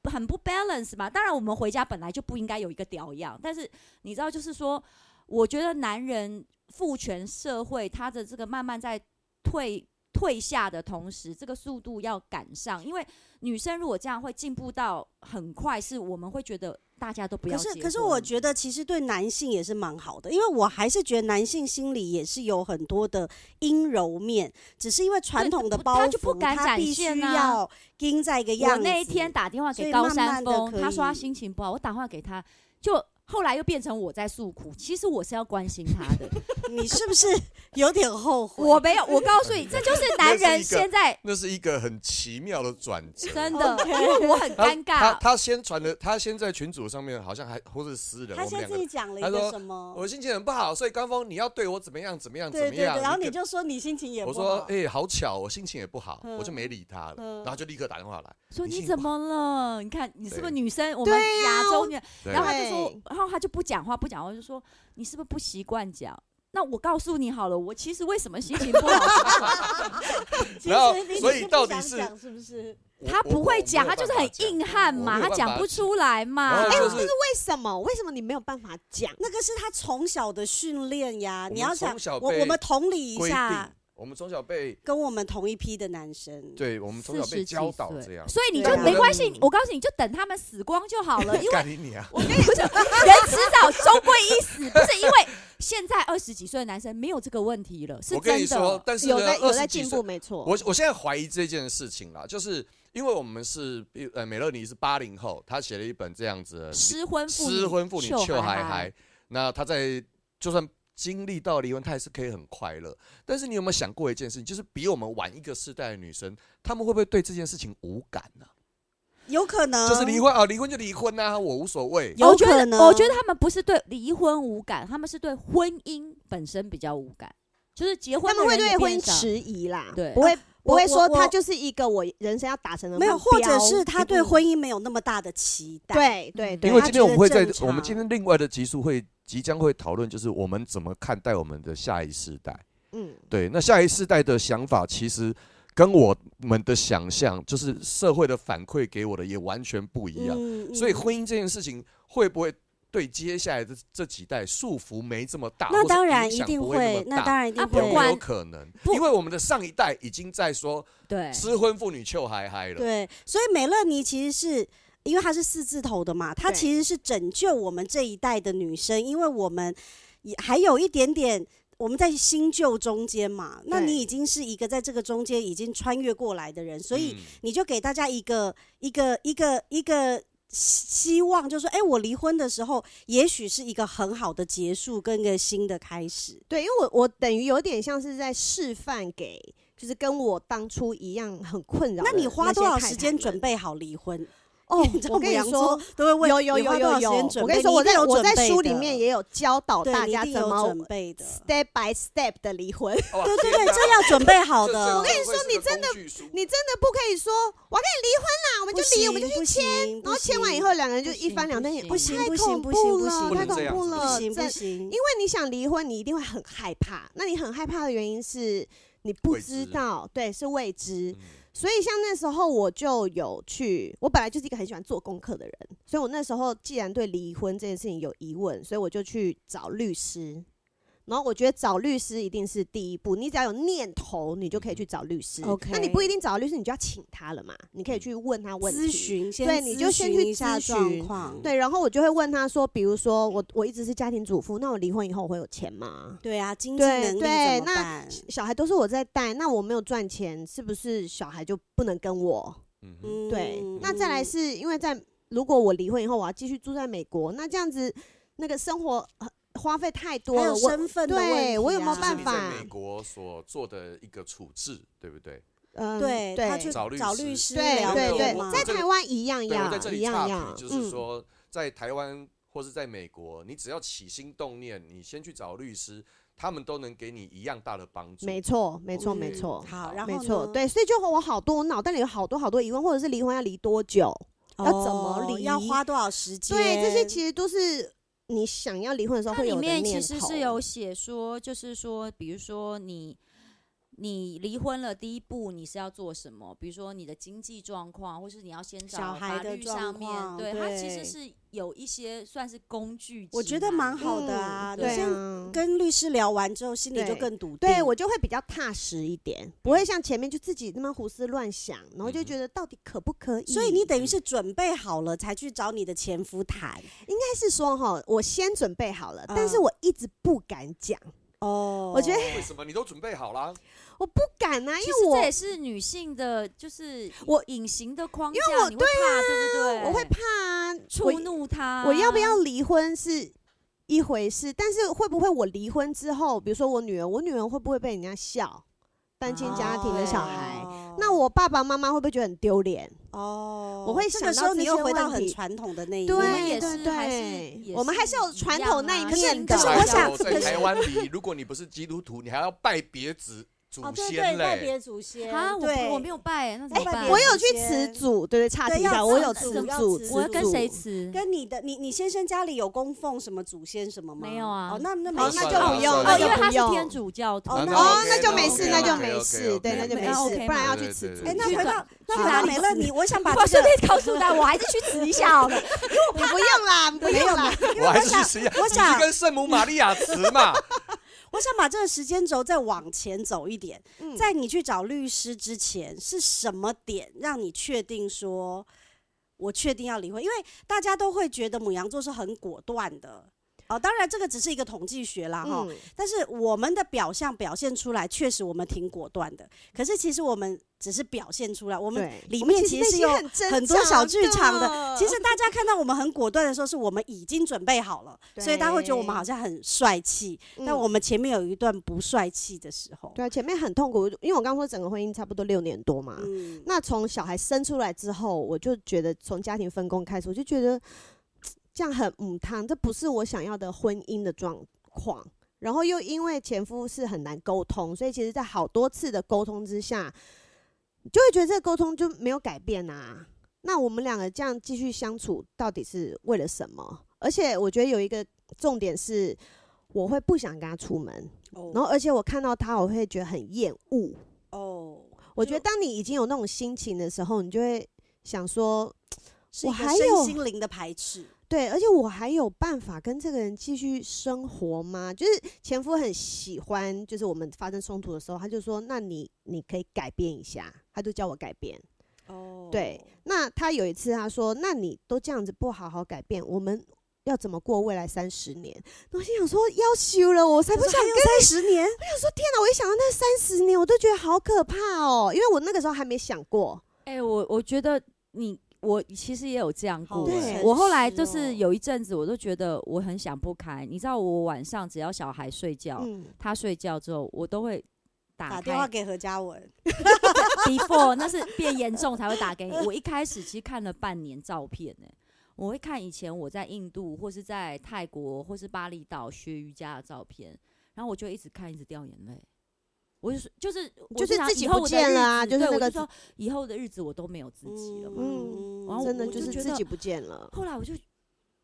Speaker 3: 不很不 balance 嘛。当然，我们回家本来就不应该有一个屌样，但是你知道，就是说，我觉得男人父权社会他的这个慢慢在退退下的同时，这个速度要赶上，因为女生如果这样会进步到很快，是我们会觉得嗯大家都不要
Speaker 4: 可
Speaker 3: 结
Speaker 4: 是
Speaker 3: 婚。
Speaker 4: 可是我觉得其实对男性也是蛮好的，因为我还是觉得男性心里也是有很多的阴柔面，只是因为传
Speaker 3: 对
Speaker 4: 统的
Speaker 3: 不
Speaker 4: 包
Speaker 3: 他
Speaker 4: 袱，
Speaker 3: 就不敢
Speaker 4: 他
Speaker 3: 展
Speaker 4: 必须
Speaker 3: 现啊
Speaker 4: 要盯在一个样
Speaker 3: 我
Speaker 4: 子。
Speaker 3: 那一天打电话
Speaker 4: 所
Speaker 3: 给
Speaker 4: 以
Speaker 3: 高
Speaker 4: 慢
Speaker 3: 山
Speaker 4: 慢地
Speaker 3: 峰，
Speaker 4: 可
Speaker 3: 他说他
Speaker 4: 以
Speaker 3: 心情不好，我打电话给他，就后来又变成我在诉苦。其实我是要关心他的，
Speaker 4: 你是 不是有点后悔？
Speaker 3: 我没有，我告诉你，这就是男
Speaker 5: 那
Speaker 3: 人
Speaker 5: 是一个
Speaker 3: 现在
Speaker 5: 那是一个很奇妙的转折。
Speaker 3: 真的，因为我很
Speaker 5: 他
Speaker 3: 尴
Speaker 5: 他
Speaker 3: 尬。
Speaker 5: 他先传的，他先在群组上面好像还或是私人，
Speaker 4: 他
Speaker 5: 我们
Speaker 4: 现在
Speaker 5: 两
Speaker 4: 自己
Speaker 5: 个，
Speaker 4: 讲了
Speaker 5: 他
Speaker 4: 一
Speaker 5: 说
Speaker 4: 个什么？
Speaker 5: 我心情很不好，所以刚峰你要对我怎么样怎么样怎
Speaker 4: 对
Speaker 5: 么
Speaker 4: 对对，
Speaker 5: 样。
Speaker 4: 然后你
Speaker 5: 跟
Speaker 4: 就说你心情也不
Speaker 5: 我说
Speaker 4: 好，
Speaker 5: 哎，好巧，我心情也不好，
Speaker 4: 嗯
Speaker 5: 我就没理他了，
Speaker 4: 嗯
Speaker 5: 然后就立刻打电话来，
Speaker 3: 说
Speaker 5: 你
Speaker 3: 你
Speaker 5: 信
Speaker 3: 怎
Speaker 5: 我
Speaker 3: 么了？你看你是不是
Speaker 5: 对
Speaker 3: 女生？我们
Speaker 6: 对
Speaker 3: 亚
Speaker 6: 呀
Speaker 3: 洲
Speaker 6: 我
Speaker 3: 女，
Speaker 5: 对
Speaker 3: 然后他就说
Speaker 6: 对，
Speaker 3: 然后他就不讲话，不讲话，就说你是不是不习惯讲？那我告诉你好了，我其实为什么心情不好？
Speaker 4: 其
Speaker 5: 然后
Speaker 4: 实你
Speaker 5: 所
Speaker 4: 只
Speaker 5: 以
Speaker 4: 是
Speaker 5: 到
Speaker 4: 不
Speaker 5: 底
Speaker 4: 想
Speaker 5: 是
Speaker 4: 讲是不是？
Speaker 5: 我
Speaker 3: 他
Speaker 5: 我
Speaker 3: 不
Speaker 5: 我
Speaker 3: 会
Speaker 5: 没
Speaker 3: 讲，
Speaker 5: 有
Speaker 3: 他就是
Speaker 5: 办法
Speaker 3: 很
Speaker 5: 讲
Speaker 3: 硬汉
Speaker 5: 我
Speaker 3: 嘛，
Speaker 5: 没有
Speaker 3: 他
Speaker 5: 办
Speaker 3: 讲
Speaker 5: 法
Speaker 3: 不
Speaker 5: 讲
Speaker 3: 出来嘛
Speaker 5: 然。后
Speaker 6: 哎，
Speaker 5: 就
Speaker 6: 我
Speaker 5: 是
Speaker 6: 这是为什么？为什么你没有办法讲？
Speaker 4: 那个是他从小的训练呀，
Speaker 5: 我
Speaker 4: 啊你
Speaker 5: 们
Speaker 4: 要想
Speaker 5: 从小
Speaker 4: 我
Speaker 5: 被
Speaker 4: 我们同理一
Speaker 5: 规
Speaker 4: 下
Speaker 5: 定，，我们从小被
Speaker 4: 跟我们同一批的男生，
Speaker 5: 对我们从
Speaker 3: 四
Speaker 5: 小
Speaker 3: 十
Speaker 5: 被
Speaker 3: 几
Speaker 5: 教导
Speaker 3: 岁
Speaker 5: 这样。
Speaker 3: 所以你
Speaker 4: 对
Speaker 3: 就
Speaker 4: 啊
Speaker 3: 没关系。我告诉你，就等他们死光就好了，因为
Speaker 5: 干你你啊！
Speaker 3: 我跟你讲，人迟早终归一死，不是因为现在二十几岁的男生没有这个问题了，是
Speaker 5: 我跟你
Speaker 3: 真
Speaker 5: 说
Speaker 3: 的，。
Speaker 5: 但是
Speaker 6: 有
Speaker 5: 呢
Speaker 6: 在，有
Speaker 5: 二
Speaker 6: 在
Speaker 5: 十几
Speaker 6: 进
Speaker 5: 岁
Speaker 6: 步，，没错。
Speaker 5: 我我现在怀疑这件事情啦，就是因为我们是呃美乐妮是八零后，她写了一本这样子的
Speaker 3: 失婚妇女，
Speaker 5: 失婚妇女秀嗨
Speaker 3: 嗨
Speaker 5: 嗨，，那她在就算经历到离婚，她还是可以很快乐。但是你有没有想过一件事情，就是比我们晚一个世代的女生，她们会不会对这件事情无感呢、
Speaker 4: 有可能
Speaker 5: 就是离婚啊，离婚就离婚啊，我无所谓。
Speaker 4: 有
Speaker 3: 我觉
Speaker 4: 可
Speaker 3: 得，
Speaker 4: 能
Speaker 3: 我觉得他们不是对离婚无感，他们是对婚姻本身比较无感，就是结婚
Speaker 6: 他们
Speaker 3: 的
Speaker 6: 会
Speaker 3: 人也
Speaker 6: 对婚
Speaker 3: 变
Speaker 6: 姻
Speaker 3: 少
Speaker 6: 迟疑啦，
Speaker 3: 对
Speaker 6: 不会不会
Speaker 4: 我
Speaker 6: 说
Speaker 4: 我
Speaker 6: 他就是一个我人生要达成的目
Speaker 4: 没
Speaker 6: 标，
Speaker 4: 有，或者是他对
Speaker 6: 嗯
Speaker 4: 婚姻没有那么大的期待。，
Speaker 6: 对对对，
Speaker 5: 因为
Speaker 6: 他
Speaker 5: 今天我们会在
Speaker 4: 他觉得正常
Speaker 5: 我们今天另外的集数会即将会讨论，就是我们怎么看待我们的下一世代。
Speaker 6: 嗯
Speaker 5: 对，那下一世代的想法其实跟我们的想象，就是社会的反馈给我的也完全不一样。
Speaker 4: 嗯
Speaker 5: 所以婚姻这件事情会不会对接下来的这几代束缚没这么大？
Speaker 4: 那当然
Speaker 5: 或是影
Speaker 4: 一
Speaker 5: 响
Speaker 4: 定
Speaker 5: 不会
Speaker 4: 会，
Speaker 5: 那么
Speaker 4: 那当
Speaker 5: 大。
Speaker 4: 然一定
Speaker 3: 啊
Speaker 4: 会。
Speaker 3: 不
Speaker 5: 有没
Speaker 3: 管
Speaker 5: 有可能？
Speaker 3: 不
Speaker 5: 因为我们的上一代已经在说
Speaker 3: 对，
Speaker 5: 失婚妇女就嗨嗨了，
Speaker 4: 对，所以美乐妮其实是。因为她是四字头的嘛，她
Speaker 6: 对
Speaker 4: 其实是拯救我们这一代的女生，因为我们也还有一点点我们在新旧中间嘛。那
Speaker 6: 对
Speaker 4: 你已经是一个在这个中间已经穿越过来的人，所以
Speaker 5: 嗯
Speaker 4: 你就给大家一个一个一个一个希希望，就是说，哎，我离婚的时候，也许是一个很好的结束跟一个新的开始。
Speaker 6: 对，因为我我等于有点像是在示范给，就是跟我当初一样很困扰的些太
Speaker 4: 那
Speaker 6: 太们。
Speaker 4: 你花多少时间准备好离婚？
Speaker 6: 哦
Speaker 4: 你知，道
Speaker 6: 我跟
Speaker 4: 母
Speaker 6: 你
Speaker 4: 羊
Speaker 6: 说
Speaker 4: 座，都会问
Speaker 6: 有有
Speaker 4: 你花
Speaker 6: 有有
Speaker 4: 多少时
Speaker 6: 有
Speaker 4: 间，准
Speaker 6: 我跟
Speaker 4: 备
Speaker 6: 你说，
Speaker 4: 你
Speaker 6: 我
Speaker 4: 一定
Speaker 6: 在
Speaker 4: 有
Speaker 6: 我在
Speaker 4: 准备
Speaker 6: 书里
Speaker 4: 的
Speaker 6: 面也有教导
Speaker 4: 对
Speaker 6: 大
Speaker 4: 你一
Speaker 6: 家
Speaker 4: 定
Speaker 6: 怎
Speaker 4: 有
Speaker 6: 么
Speaker 4: 准备的。
Speaker 6: step by step 的离婚。
Speaker 5: 哇
Speaker 4: 对对
Speaker 5: 天
Speaker 4: 对，
Speaker 5: 哪
Speaker 4: 这要准备好的。
Speaker 5: 这这会
Speaker 6: 你说
Speaker 5: 是
Speaker 6: 你
Speaker 5: 个
Speaker 6: 真的
Speaker 5: 工具书
Speaker 6: 你真的不可以说我要跟你离婚啦，我们
Speaker 4: 不
Speaker 6: 就离，我们就
Speaker 4: 行
Speaker 6: 去
Speaker 4: 不
Speaker 6: 签，
Speaker 4: 行
Speaker 6: 然
Speaker 4: 不
Speaker 6: 后签完以
Speaker 4: 行
Speaker 6: 后两个人就
Speaker 3: 不
Speaker 6: 一翻
Speaker 3: 行
Speaker 6: 两
Speaker 3: 不
Speaker 6: 瞪眼，哇
Speaker 3: 行不
Speaker 4: 行
Speaker 6: 太
Speaker 4: 不
Speaker 6: 恐
Speaker 4: 行不行
Speaker 6: 怖
Speaker 4: 不
Speaker 6: 了，
Speaker 4: 行
Speaker 6: 太
Speaker 5: 不能这
Speaker 6: 恐
Speaker 5: 样
Speaker 6: 怖
Speaker 5: 子
Speaker 4: 不
Speaker 6: 了，
Speaker 4: 行
Speaker 6: 真
Speaker 4: 不行
Speaker 6: 因为，你想离婚，你一定会很害怕。那你很害怕的原因是你不
Speaker 5: 未
Speaker 6: 知
Speaker 5: 知
Speaker 6: 道，对，是未知。
Speaker 5: 嗯
Speaker 6: 所以像那时候我就有去，我本来就是一个很喜欢做功课的人，所以我那时候既然对离婚这件事情有疑问，所以我就去找律师。然后我觉得找律师一定是第一步，你只要有念头，你就可以去找律师。
Speaker 4: 嗯 OK 嗯
Speaker 6: 那你不一定找律师，你就要请他了嘛，你可以去问他问题。
Speaker 4: 咨询先
Speaker 6: 对你就
Speaker 4: 咨
Speaker 6: 先
Speaker 4: 询
Speaker 6: 去
Speaker 4: 一下
Speaker 6: 咨
Speaker 4: 状
Speaker 6: 询
Speaker 4: 况。
Speaker 6: 对，然后我就会问他说，比如说我我一直是家庭主妇，那我离婚以后我会有钱吗？
Speaker 4: 对啊，经济
Speaker 6: 对
Speaker 4: 能力
Speaker 6: 对
Speaker 4: 怎么
Speaker 6: 那
Speaker 4: 办？
Speaker 6: 小孩都是我在带，那我没有赚钱，是不是小孩就不能跟我？
Speaker 5: 嗯哼
Speaker 4: 嗯
Speaker 6: 对，那再来是因为在如果我离婚以后，我要继续住在美国，那这样子那个生活呃花费太多
Speaker 4: 还
Speaker 6: 了，
Speaker 4: 有
Speaker 6: 我
Speaker 4: 身份的
Speaker 6: 对
Speaker 4: 问题啊
Speaker 6: 我有没
Speaker 5: 这
Speaker 6: 有
Speaker 5: 是
Speaker 6: 办
Speaker 5: 你
Speaker 6: 法
Speaker 5: 在美国所做的一个处置，对不对？
Speaker 6: 嗯
Speaker 4: 对，
Speaker 6: 对
Speaker 4: 他去
Speaker 5: 找律
Speaker 4: 找
Speaker 5: 师
Speaker 4: 律师
Speaker 6: 对
Speaker 4: 聊
Speaker 6: 对
Speaker 4: 天
Speaker 6: 对
Speaker 5: 我
Speaker 4: 嘛
Speaker 6: 在
Speaker 5: 这
Speaker 6: 台
Speaker 5: 里
Speaker 6: 湾一样
Speaker 5: 对，我在这
Speaker 6: 要一
Speaker 5: 里
Speaker 6: 样
Speaker 5: 插
Speaker 6: 要，
Speaker 5: 题，就是
Speaker 6: 嗯
Speaker 5: 说，在台湾或是在美国，你只要起心动念，你先去找律师，他们都能给你一样大的帮助。
Speaker 6: 没错没错
Speaker 4: 嗯
Speaker 6: 没错。
Speaker 4: 好，然后
Speaker 6: 没错，
Speaker 4: 呢，
Speaker 6: 对，所以就我好多，我脑袋里有好多好多疑问，或者是离婚要离多久？
Speaker 4: 哦
Speaker 6: 要怎么离
Speaker 4: 要花多少时间？
Speaker 6: 对，这些其实都是你想要离婚的时候
Speaker 3: 它
Speaker 6: 会
Speaker 3: 里
Speaker 6: 有的
Speaker 3: 面
Speaker 6: 念头。
Speaker 3: 其实是有写说，就是说，比如说你你离婚了，第一步你是要做什么？比如说你的经济状况，或是你要先找
Speaker 4: 小孩
Speaker 3: 法
Speaker 4: 的
Speaker 3: 律
Speaker 4: 状
Speaker 3: 上面
Speaker 4: 况，
Speaker 3: 对它其实
Speaker 4: 对
Speaker 3: 是有一些算是工具集嘛，
Speaker 4: 我觉得蛮好的啊。你
Speaker 3: 对
Speaker 4: 先
Speaker 6: 啊
Speaker 4: 跟律师聊完之后，心里就
Speaker 6: 对
Speaker 4: 更笃定。
Speaker 6: 对我就会比较踏实一点，不会像前面就自己那么胡思乱想，然后就觉得到底可不可嗯以。
Speaker 4: 所以你等于是准备好了才去找你的前夫谈
Speaker 6: 应该是说哈，我先准备好了，但是
Speaker 4: 嗯
Speaker 6: 我一直不敢讲，
Speaker 4: 哦
Speaker 6: 我觉得
Speaker 5: 为什么你都准备好啊啦？
Speaker 6: 我不敢啊，因
Speaker 3: 其实
Speaker 6: 为我
Speaker 3: 这也是女性的，就是
Speaker 6: 我
Speaker 3: 隐形的框架，
Speaker 6: 因为我
Speaker 3: 你会怕，对不对？
Speaker 6: 我会怕啊，我
Speaker 3: 触怒他，啊
Speaker 6: 我要不要离婚是一回事，但是会不会我离婚之后，比如说我女儿，我女儿会不会被人家笑？单亲家庭的小孩，
Speaker 4: 哦
Speaker 6: 那我爸爸妈妈会不会觉得很丢脸？
Speaker 4: 哦，
Speaker 6: 我会
Speaker 4: 这
Speaker 6: 想
Speaker 4: 个
Speaker 6: 到
Speaker 4: 时候
Speaker 6: 这
Speaker 4: 你
Speaker 6: 些
Speaker 4: 又回到
Speaker 6: 问
Speaker 4: 很
Speaker 6: 题
Speaker 4: 传统的那一
Speaker 3: 我
Speaker 6: 对
Speaker 3: 们
Speaker 4: 面。
Speaker 3: 也是
Speaker 6: 对
Speaker 3: 还
Speaker 6: 对
Speaker 3: 是也
Speaker 6: 我们还是有传统那一
Speaker 3: 样啊
Speaker 6: 面的
Speaker 3: 新
Speaker 6: 我
Speaker 3: 教
Speaker 6: 想
Speaker 5: 我
Speaker 3: 可
Speaker 5: 在
Speaker 3: 是
Speaker 5: 台湾里，如果你不是基督徒，你还要拜别子祖
Speaker 4: 哦
Speaker 5: 先嘞。
Speaker 4: 祖先
Speaker 3: 啊，我
Speaker 4: 对
Speaker 3: 不我没有拜，那怎
Speaker 4: 哎
Speaker 3: 么办？
Speaker 6: 我有
Speaker 4: 祖
Speaker 6: 去
Speaker 4: 先
Speaker 6: 吃祖，对对，差
Speaker 4: 对
Speaker 6: 题一
Speaker 4: 要
Speaker 6: 下，我
Speaker 4: 吃
Speaker 6: 有
Speaker 4: 祖
Speaker 6: 吃
Speaker 4: 要
Speaker 6: 祖
Speaker 4: 吃，
Speaker 6: 吃
Speaker 4: 祖
Speaker 3: 我要跟
Speaker 6: 祖
Speaker 3: 谁
Speaker 6: 嗯
Speaker 3: 吃？
Speaker 4: 跟你的你你先生家里有供奉什么祖先什么吗？
Speaker 3: 没有啊
Speaker 4: 哦，那那没
Speaker 6: 好，
Speaker 4: 事
Speaker 6: 那
Speaker 5: 算
Speaker 6: 就
Speaker 5: 了
Speaker 6: 不
Speaker 5: 算
Speaker 6: 用，
Speaker 5: 了
Speaker 3: 哦，
Speaker 6: 那
Speaker 3: 因
Speaker 6: 就
Speaker 3: 为他
Speaker 6: 不
Speaker 3: 是
Speaker 6: 用。
Speaker 3: 天主教徒，
Speaker 4: 哦那
Speaker 6: 哦，
Speaker 4: OK，
Speaker 6: 那就没
Speaker 4: 那
Speaker 6: 事，
Speaker 4: OK，
Speaker 6: 那就
Speaker 4: 那
Speaker 6: 没
Speaker 5: OK，
Speaker 6: 事，对，那就没
Speaker 3: 那 OK
Speaker 6: 事，
Speaker 3: 嘛
Speaker 6: 不然要去吃
Speaker 5: 对
Speaker 6: 祖
Speaker 5: 对。
Speaker 4: 哎，那
Speaker 3: 去
Speaker 4: 回
Speaker 3: 管
Speaker 4: 到那
Speaker 6: 去
Speaker 4: 回到
Speaker 6: 哪里
Speaker 4: 美乐
Speaker 6: 吃
Speaker 4: 你，我想把
Speaker 3: 我
Speaker 4: 这
Speaker 3: 顺
Speaker 4: 个，
Speaker 3: 便告诉他，我还是去吃一下好哦了。
Speaker 6: 你不用啦，不用啦，
Speaker 5: 我还是去吃一下，
Speaker 4: 我
Speaker 5: 你
Speaker 4: 想
Speaker 5: 去跟圣母玛利亚祠嘛。
Speaker 4: 我想把这个时间轴再往前走一点，
Speaker 6: 嗯
Speaker 4: 在你去找律师之前，是什么点让你确定说？我确定要离婚，因为大家都会觉得母羊座是很果断的，哦，当然这个只是一个统计学啦，哈、
Speaker 6: 嗯，
Speaker 4: 但是我们的表象表现出来，确实我们挺果断的。可是其实我们只是表现出来，我们
Speaker 6: 对
Speaker 4: 里
Speaker 6: 我们
Speaker 4: 面
Speaker 6: 其
Speaker 4: 其实是有
Speaker 6: 内心很
Speaker 4: 很多小剧
Speaker 6: 挣扎
Speaker 4: 场的。其实大家看到我们很果断的时候，是我们已经准备好了， 所以大家会觉得我们好像很帅气，
Speaker 6: 嗯
Speaker 4: 但我们前面有一段不帅气的时候。
Speaker 6: 对啊，前面很痛苦，因为我刚说整个婚姻差不多六年多嘛，
Speaker 4: 嗯，
Speaker 6: 那从小孩生出来之后，我就觉得从家庭分工开始，我就觉得这样很母汤，这不是我想要的婚姻的状况。然后又因为前夫是很难沟通，所以其实，在好多次的沟通之下，你就会觉得这个沟通就没有改变啊。那我们两个这样继续相处，到底是为了什么？而且我觉得有一个重点是，我会不想跟他出门，
Speaker 4: 哦
Speaker 6: 然后而且我看到他，我会觉得很厌恶。
Speaker 4: 哦，
Speaker 6: 我觉得
Speaker 4: 就
Speaker 6: 当你已经有那种心情的时候，你就会想说，
Speaker 4: 是一
Speaker 6: 我
Speaker 4: 个
Speaker 6: 还有
Speaker 4: 身心灵的排斥。
Speaker 6: 对，而且我还有办法跟这个人继续生活吗？就是前夫很喜欢，就是我们发生冲突的时候，他就说，那你你可以改变一下，他就叫我改变。
Speaker 4: 哦，
Speaker 6: 对，那他有一次他说，那你都这样子不好好改变，我们。要怎么过未来三十年？那我心想说要修了，我才不
Speaker 4: 可是
Speaker 6: 想
Speaker 4: 还有三十年，
Speaker 6: 那我一想到那三十年，我都觉得好可怕哦，因为我那个时候还没想过。
Speaker 3: 哎、我我觉得你我其实也有这样过
Speaker 6: 对
Speaker 3: 欸、
Speaker 6: 诚
Speaker 3: 我后来就
Speaker 4: 实哦
Speaker 3: 是有一阵子，我都觉得我很想不开。你知道，我晚上只要小孩睡觉，
Speaker 6: 嗯，
Speaker 3: 他睡觉之后，我都会打
Speaker 4: 打电话
Speaker 3: 开。
Speaker 4: 给何嘉文，
Speaker 3: before 那是变严重才会打给你。我一开始其实看了半年照片呢、我会看以前我在印度或是在泰国或是巴厘岛学瑜伽的照片，然后我就一直看，一直掉眼泪。我就是就是我
Speaker 6: 就是
Speaker 3: 想
Speaker 6: 自己
Speaker 3: 以后
Speaker 6: 不
Speaker 3: 我的
Speaker 6: 见
Speaker 3: 日
Speaker 6: 了啊
Speaker 3: 子
Speaker 6: 就是
Speaker 3: 对
Speaker 6: 那
Speaker 3: 我
Speaker 6: 个
Speaker 3: 说以后的日子我都没有自己了嘛。
Speaker 6: 嗯
Speaker 3: 然后
Speaker 6: 真的
Speaker 3: 我
Speaker 6: 就
Speaker 3: 就是觉
Speaker 6: 自
Speaker 3: 得
Speaker 6: 己不见了。
Speaker 3: 后来我就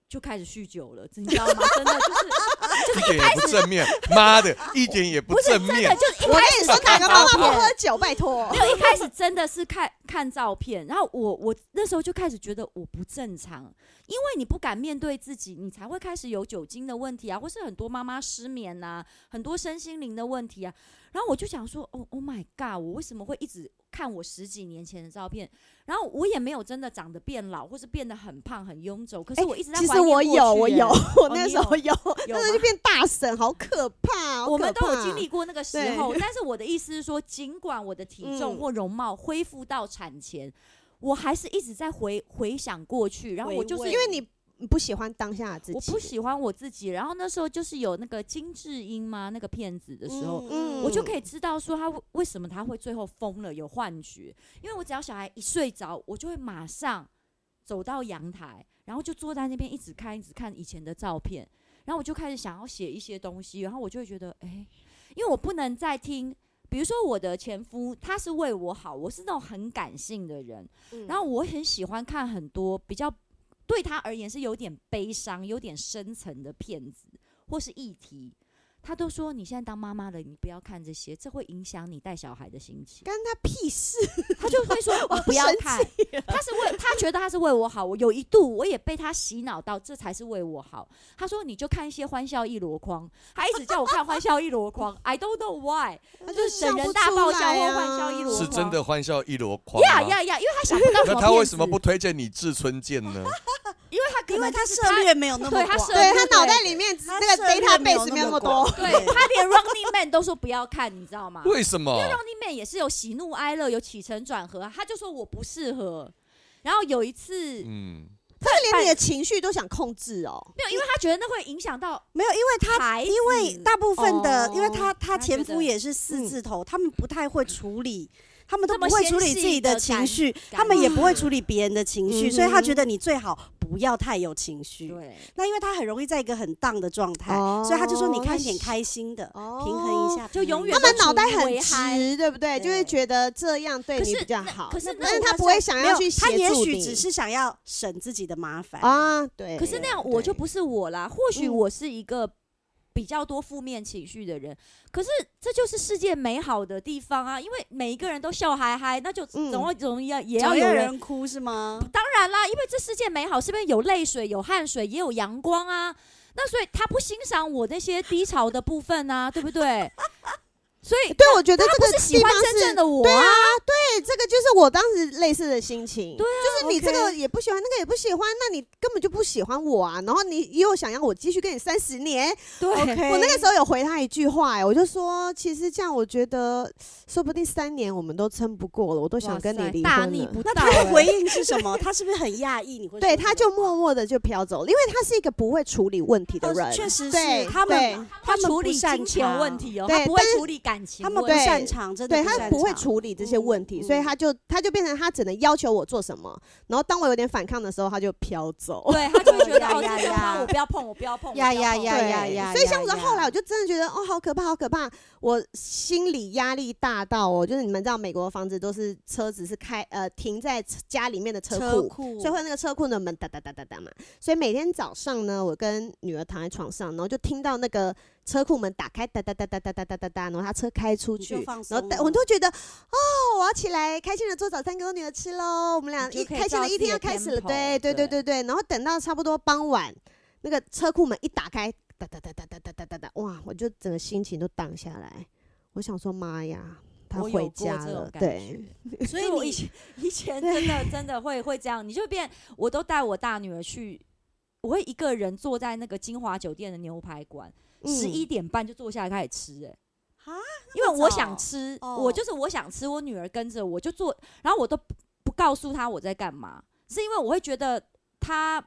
Speaker 3: 就开始酗酒了，你知道吗？真的就是
Speaker 5: 一点也不正面，妈的，一点也不
Speaker 3: 不是
Speaker 5: 正
Speaker 3: 真的，
Speaker 5: 面。
Speaker 3: 就一
Speaker 6: 我
Speaker 3: 开
Speaker 6: 跟
Speaker 3: 始
Speaker 6: 你说，哪
Speaker 3: 看
Speaker 6: 个妈
Speaker 3: 照
Speaker 6: 妈不
Speaker 3: 片，
Speaker 6: 喝酒？拜托
Speaker 3: 没，有一开始真的是看看照片，然后我我那时候就开始觉得我不正常，因为你不敢面对自己，你才会开始有酒精的问题啊，或是很多妈妈失眠呐、很多身心灵的问题啊。然后我就想说，哦，Oh my god，我为什么会一直看我十几年前的照片？然后我也没有真的长得变老，或是变得很胖很臃肿，可是
Speaker 6: 哎
Speaker 3: 我一直在、
Speaker 6: 其实我有，我有，，我那
Speaker 3: 你
Speaker 6: 时哦候有，
Speaker 3: 有
Speaker 6: 那时候就
Speaker 3: 吗
Speaker 6: 变大神，好可怕！好
Speaker 3: 我们
Speaker 6: 可
Speaker 3: 都有
Speaker 6: 怕
Speaker 3: 经历，过那个时
Speaker 6: 对
Speaker 3: 候，但是我的意思是说，尽管我的体重
Speaker 6: 嗯
Speaker 3: 或容貌恢复到产前，我还是一直在回回想过去，然后我就是
Speaker 4: 回味
Speaker 6: 因为你不喜欢当下的自己，
Speaker 3: 我不喜欢我自己，然后那时候就是有那个金智英嘛，那个骗子的时候。
Speaker 6: 嗯
Speaker 3: 我就可以知道说他为为什么他会最后疯了，有幻觉，因为我只要小孩一睡着，我就会马上走到阳台，然后就坐在那边一直看，一直看以前的照片，然后我就开始想要写一些东西，然后我就会觉得，哎、因为我不能再听。比如说我的前夫，他是为我好，我是那种很感性的人，
Speaker 6: 嗯
Speaker 3: 然后我很喜欢看很多比较对他而言是有点悲伤、有点深层的片子或是议题，他都说你现在当妈妈了，你不要看这些，这会影响你带小孩的心情。
Speaker 6: 干他屁事，
Speaker 3: 他就会说我不要
Speaker 6: 生
Speaker 3: 看，他是为他觉得他是为我好。我有一度我也被他洗脑到，这才是为我好。他说你就看一些欢笑一箩筐，他一直叫我看欢笑一箩 筐，I don't know why。
Speaker 6: 他
Speaker 3: 就是
Speaker 6: 笑
Speaker 3: 整人
Speaker 6: 不
Speaker 3: 大
Speaker 6: 出
Speaker 3: 爆笑
Speaker 6: 来
Speaker 3: 或
Speaker 6: 啊
Speaker 3: 欢笑一箩
Speaker 5: 是真的欢笑一箩筐
Speaker 3: 呀
Speaker 5: 吗？
Speaker 3: 呀呀，因为他想不到 什
Speaker 5: 那
Speaker 3: 么
Speaker 5: 他为
Speaker 3: 骗
Speaker 5: 什么
Speaker 3: 子
Speaker 5: 不推荐你至尊剑呢？
Speaker 3: 因为他可
Speaker 4: 因为
Speaker 3: 能
Speaker 4: 他
Speaker 3: 就是
Speaker 4: 涉
Speaker 3: 他
Speaker 4: 猎没有那么
Speaker 3: 对他
Speaker 4: 广
Speaker 3: 涉
Speaker 6: 对他
Speaker 3: 对
Speaker 6: 脑袋里面
Speaker 4: 他
Speaker 6: 那个
Speaker 4: 涉猎没有
Speaker 6: database 没
Speaker 4: 那
Speaker 6: 有那么
Speaker 4: 广
Speaker 6: 多，
Speaker 3: 对他连 Running Man 都说不要看，你知道吗？
Speaker 5: 为什么？
Speaker 3: Running Man 也是有喜怒哀乐，有起承转合啊，他就说我不适合。然后有一次，
Speaker 5: 嗯，
Speaker 6: 他连你的情绪都想控制哦。
Speaker 3: 没有，因为他觉得那会影响到
Speaker 4: 没有，因为他
Speaker 3: 孩子，
Speaker 4: 因为大部分的，
Speaker 6: 哦
Speaker 4: 因为他他
Speaker 3: 嗯他觉
Speaker 4: 前
Speaker 3: 得
Speaker 4: 夫也是四字头，他们不太会处理，他们都
Speaker 3: 这
Speaker 4: 不
Speaker 3: 么
Speaker 4: 会处理
Speaker 3: 纤细
Speaker 4: 自己的
Speaker 3: 的
Speaker 4: 情
Speaker 3: 感
Speaker 4: 绪，
Speaker 3: 感
Speaker 4: 他们也不会处理别人的情绪，所以他
Speaker 6: 嗯哼
Speaker 4: 觉得你最好不要太有情绪。
Speaker 3: 对，
Speaker 4: 那因为他很容易在一个很荡的状态，
Speaker 6: 哦
Speaker 4: 所以他就说你看一点开心的，
Speaker 6: 哦
Speaker 4: 平衡一下，
Speaker 3: 就永远
Speaker 6: 他们
Speaker 3: 都
Speaker 6: 脑袋
Speaker 3: 处于
Speaker 6: 很
Speaker 3: 危害
Speaker 6: 直，对不对？就会
Speaker 4: 对
Speaker 6: 觉得这样对
Speaker 3: 可
Speaker 6: 你
Speaker 3: 是
Speaker 6: 比较
Speaker 3: 那
Speaker 6: 好。
Speaker 3: 可是
Speaker 6: 但是
Speaker 3: 那
Speaker 6: 他
Speaker 4: 他
Speaker 6: 不
Speaker 4: 是
Speaker 6: 会想
Speaker 4: 没
Speaker 6: 要
Speaker 4: 有
Speaker 6: 去
Speaker 4: 他
Speaker 6: 协
Speaker 4: 也
Speaker 6: 助
Speaker 4: 许
Speaker 6: 你
Speaker 4: 只是想要省自己的麻烦。
Speaker 6: 啊，对。
Speaker 3: 可是那样我就
Speaker 6: 对
Speaker 3: 不是我啦。或许
Speaker 6: 嗯
Speaker 3: 我是一个比较多负面情绪的人，可是这就是世界美好的地方啊！因为每一个人都笑嗨嗨，那就
Speaker 6: 嗯
Speaker 3: 总会总要也要
Speaker 4: 总
Speaker 3: 有
Speaker 4: 有
Speaker 3: 人。
Speaker 4: 人哭是吗？
Speaker 3: 当然啦，因为这世界美好，是不是有泪水、有汗水，也有阳光啊？那所以他不欣赏我那些低潮的部 分啊，对不对？所以
Speaker 6: 对，我觉得
Speaker 3: 他
Speaker 6: 这
Speaker 3: 不
Speaker 6: 个
Speaker 3: 是喜
Speaker 6: 地
Speaker 3: 欢
Speaker 6: 方
Speaker 3: 真正
Speaker 6: 是
Speaker 3: 的我啊，
Speaker 6: 对，这个就是我当时类似的心情。
Speaker 3: 对
Speaker 6: 就是你这个也不喜欢，那个也不喜欢，那你根本就不喜欢我啊。然后你又想要我继续跟你三十年，
Speaker 4: 啊
Speaker 3: 对，
Speaker 6: 我那个时候有回他一句话、哎，我就说，其实这样我觉得，说不定三年我们都撑不过了，我都想跟你
Speaker 3: 哇塞
Speaker 6: 离
Speaker 3: 大
Speaker 6: 婚
Speaker 3: 逆
Speaker 6: 了。
Speaker 3: 不道
Speaker 4: 那他的回
Speaker 3: 欸。
Speaker 4: 应是什么？他是不是很讶异？你会
Speaker 6: 对，
Speaker 4: 说这
Speaker 6: 他
Speaker 4: 个
Speaker 6: 就
Speaker 4: 话
Speaker 6: 默默的就飘走了，因为他是一个不会处理问题的
Speaker 4: 哦
Speaker 6: 人，
Speaker 4: 确实
Speaker 6: 对
Speaker 4: 是他
Speaker 6: 对
Speaker 4: 们，他们
Speaker 3: 处理
Speaker 4: 不擅
Speaker 3: 金钱
Speaker 4: 长
Speaker 3: 问，题哦，
Speaker 6: 对
Speaker 3: 他不会
Speaker 6: 但是
Speaker 3: 处理感情
Speaker 4: 他
Speaker 3: 问
Speaker 4: 们
Speaker 3: 题，
Speaker 4: 不
Speaker 6: 对
Speaker 4: 擅长，真的
Speaker 6: 对他
Speaker 4: 擅
Speaker 6: 不会
Speaker 4: 长
Speaker 6: 处理这些问题，
Speaker 4: 嗯
Speaker 6: 所以
Speaker 4: 嗯
Speaker 6: 他就他就变成他只能要求我做什么，然后当我有点反抗的时候，他就飘走。
Speaker 3: 对，他就会 觉得
Speaker 4: 呀
Speaker 3: 哦，
Speaker 4: 呀
Speaker 3: 这个
Speaker 4: 呀
Speaker 3: 他我不要碰，我不要碰，我
Speaker 4: 呀
Speaker 3: 不要
Speaker 4: 呀
Speaker 3: 碰
Speaker 4: 呀
Speaker 6: 对
Speaker 4: 呀呀
Speaker 6: 所以像
Speaker 4: 呀
Speaker 6: 是
Speaker 4: 呀
Speaker 6: 后来我就真的觉得哦，好可怕，好可怕！我心理压力大到哦，就是你们知道美国的房子都是车子是开呃停在家里面的车库，
Speaker 3: 嗯
Speaker 4: 库
Speaker 6: 所以会那个车库的门哒哒哒哒哒嘛。所以每天早上呢，我跟女儿躺在床上，然后就听到那个车库门打开哒哒哒哒哒哒哒哒哒，然后她车开出
Speaker 4: 你
Speaker 6: 去
Speaker 4: 就，放
Speaker 6: 然后
Speaker 4: 松
Speaker 6: 带
Speaker 4: 了
Speaker 6: 我都觉得哦，我要起来开心的做早餐给我女儿吃喽。我们俩
Speaker 3: 你就
Speaker 6: 一
Speaker 3: 可以
Speaker 6: 开心
Speaker 3: 照
Speaker 6: 的一
Speaker 3: 自己
Speaker 6: 天要
Speaker 3: 的
Speaker 6: 开始了，
Speaker 3: tempo，
Speaker 6: 对对对
Speaker 3: 对
Speaker 6: 对对。然后等到差不多傍晚，那个车库门一打开，哒哒哒哒哒哒哒哒哒，哇，我就整个心情都荡下来。我想说，妈呀，他
Speaker 3: 我有
Speaker 6: 回
Speaker 3: 过
Speaker 6: 家
Speaker 3: 这种
Speaker 6: 了，
Speaker 3: 感
Speaker 6: 对，
Speaker 3: 觉，所以我以 前以前真的真的会会这样，你就变，我都带我大女儿去，我会一个人坐在那个金华酒店的牛排馆，十一
Speaker 6: 嗯
Speaker 3: 点半就坐下来开始吃，哎。
Speaker 4: 啊，
Speaker 3: 因为我想吃，
Speaker 4: 哦
Speaker 3: 我就是我想吃，我女儿跟着我就做，然后我都不不告诉她我在干嘛，是因为我会觉得她，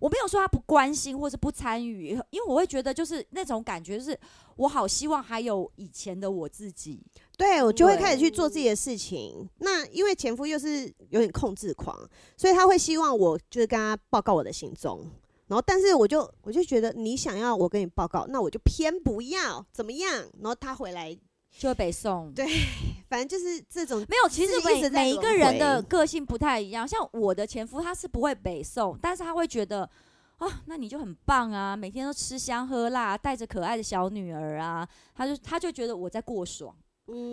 Speaker 3: 我没有说她不关心或是不参与，因为我会觉得就是那种感觉，就是我好希望还有以前的我自己，
Speaker 6: 对我就会
Speaker 3: 对
Speaker 6: 开始去做自己的事情。那因为前夫又是有点控制狂，所以他会希望我就是跟他报告我的行踪。然后，但是我就我就觉得你想要我跟你报告，那我就偏不要，怎么样？然后他回来，
Speaker 3: 就会被送。
Speaker 6: 对反正就是这种
Speaker 3: 没有，其实
Speaker 6: 是一
Speaker 3: 每
Speaker 6: 直在
Speaker 3: 每一
Speaker 6: 轮
Speaker 3: 个人的
Speaker 6: 回
Speaker 3: 个性不太一样。像我的前夫，他是不会北宋，但是他会觉得，啊，那你就很棒啊，每天都吃香喝辣，带着可爱的小女儿啊，他就他就觉得我在过爽，
Speaker 4: 因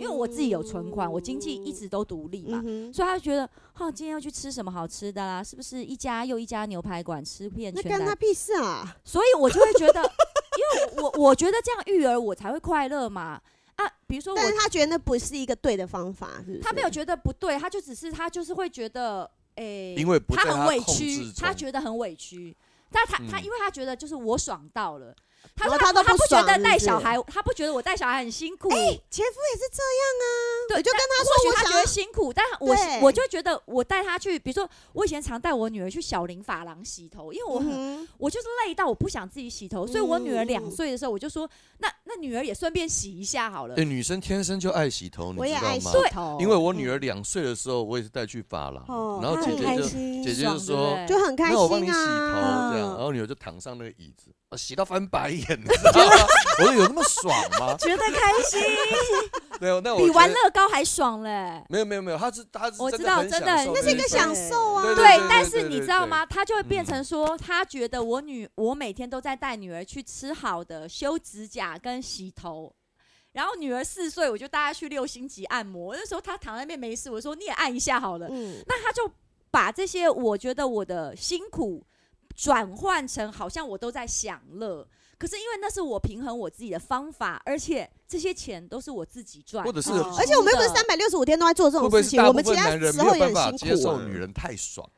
Speaker 3: 因为我自己有存款，我经济一直都独立嘛，
Speaker 6: 嗯哼
Speaker 3: 所以他就觉得，哈，今天要去吃什么好吃的啦？是不是一家又一家牛排馆吃遍
Speaker 6: 那
Speaker 3: 全
Speaker 6: 干
Speaker 3: 台
Speaker 6: 他屁事啊！
Speaker 3: 所以我就会觉得， 因为我我觉得这样育儿我才会快乐嘛。啊，比如说我
Speaker 6: 但是他觉得那不是一个对的方法，是不是
Speaker 3: 他没有觉得不对，他就只是他就是会觉得，诶、
Speaker 5: 因为不在
Speaker 3: 他很委
Speaker 5: 控制
Speaker 3: 屈
Speaker 5: 中，
Speaker 3: 他觉得很委屈，但他、他
Speaker 5: 嗯
Speaker 3: 因为他觉得就是我爽到了，他
Speaker 6: 然后
Speaker 3: 说
Speaker 6: 他都
Speaker 3: 他
Speaker 6: 不
Speaker 3: 觉
Speaker 6: 爽
Speaker 3: 得
Speaker 6: 是
Speaker 3: 带
Speaker 6: 不是
Speaker 3: 小孩，他不觉得我带小孩很辛苦，
Speaker 6: 哎前夫也是这样啊，
Speaker 3: 对
Speaker 6: 我就跟他
Speaker 3: 或
Speaker 6: 说，
Speaker 3: 许
Speaker 6: 我
Speaker 3: 他
Speaker 6: 想啊
Speaker 3: 觉得辛苦，但我
Speaker 6: 对
Speaker 3: 我就觉得我带他去，比如说我以前常带我女儿去小林发廊洗头，因为我
Speaker 6: 嗯
Speaker 3: 很、
Speaker 6: 哼
Speaker 3: 我就是累到我不想自己洗头，所以我女儿
Speaker 4: 嗯嗯
Speaker 3: 两岁的时候我就说，那那女儿也顺便洗一下好了
Speaker 5: 哎、，女生天生就爱洗头，你
Speaker 6: 我也爱
Speaker 5: 知
Speaker 6: 洗
Speaker 5: 道吗？
Speaker 6: 头，嗯
Speaker 5: 因为我女儿两岁的时候，我也是带去发廊，
Speaker 4: 哦
Speaker 5: 然后
Speaker 4: 她
Speaker 5: 姐
Speaker 4: 很
Speaker 5: 姐
Speaker 4: 开
Speaker 5: 就
Speaker 4: 心
Speaker 5: 姐姐
Speaker 3: 爽
Speaker 5: 就
Speaker 3: 对不
Speaker 5: 说
Speaker 3: 对
Speaker 6: 就很开
Speaker 5: 那我帮你
Speaker 6: 心
Speaker 5: 洗头
Speaker 6: 啊，
Speaker 5: 这样，然
Speaker 6: 嗯
Speaker 5: 后女儿就躺上那个椅子，啊，洗到翻白眼，你知道吗？我说有那么爽吗？
Speaker 4: 觉得开 心，
Speaker 5: 没有，那我
Speaker 3: 比
Speaker 5: 觉得
Speaker 3: 玩乐高还爽嘞。
Speaker 5: 没有没有没有，她是她是
Speaker 3: 我
Speaker 5: 真
Speaker 3: 知
Speaker 5: 的
Speaker 3: 道
Speaker 5: 很
Speaker 3: 真的
Speaker 5: 享受
Speaker 6: 那是一个
Speaker 5: 个
Speaker 6: 享受啊，
Speaker 5: 对
Speaker 3: 对，但是
Speaker 5: 对
Speaker 3: 你
Speaker 5: 对
Speaker 3: 知道
Speaker 5: 对
Speaker 3: 吗？他就会变
Speaker 5: 嗯
Speaker 3: 成说，他觉得我女，我每天都在带女儿去吃好的、修指甲跟洗头。然后女儿四岁，我就带她去六星级按摩。那时候她躺在那边没事，我说你也按一下好了。
Speaker 6: 嗯，
Speaker 3: 那她就把这些我觉得我的辛苦转换成好像我都在享乐，可是因为那是我平衡我自己的方法，而且这些钱都是我自己赚
Speaker 5: 或。者是
Speaker 4: 哦
Speaker 5: 会
Speaker 6: 而且我们又不是
Speaker 3: 真的
Speaker 6: 三百六十五天都在做这
Speaker 5: 不
Speaker 6: 种
Speaker 5: 啊会
Speaker 6: 事
Speaker 5: 是
Speaker 6: 情，
Speaker 5: 大
Speaker 6: 我
Speaker 5: 部
Speaker 6: 们其
Speaker 5: 分
Speaker 6: 他
Speaker 5: 男人
Speaker 6: 时
Speaker 5: 没有
Speaker 6: 候
Speaker 5: 办
Speaker 6: 也很
Speaker 5: 法
Speaker 6: 辛苦、啊。
Speaker 5: 接受女人太爽？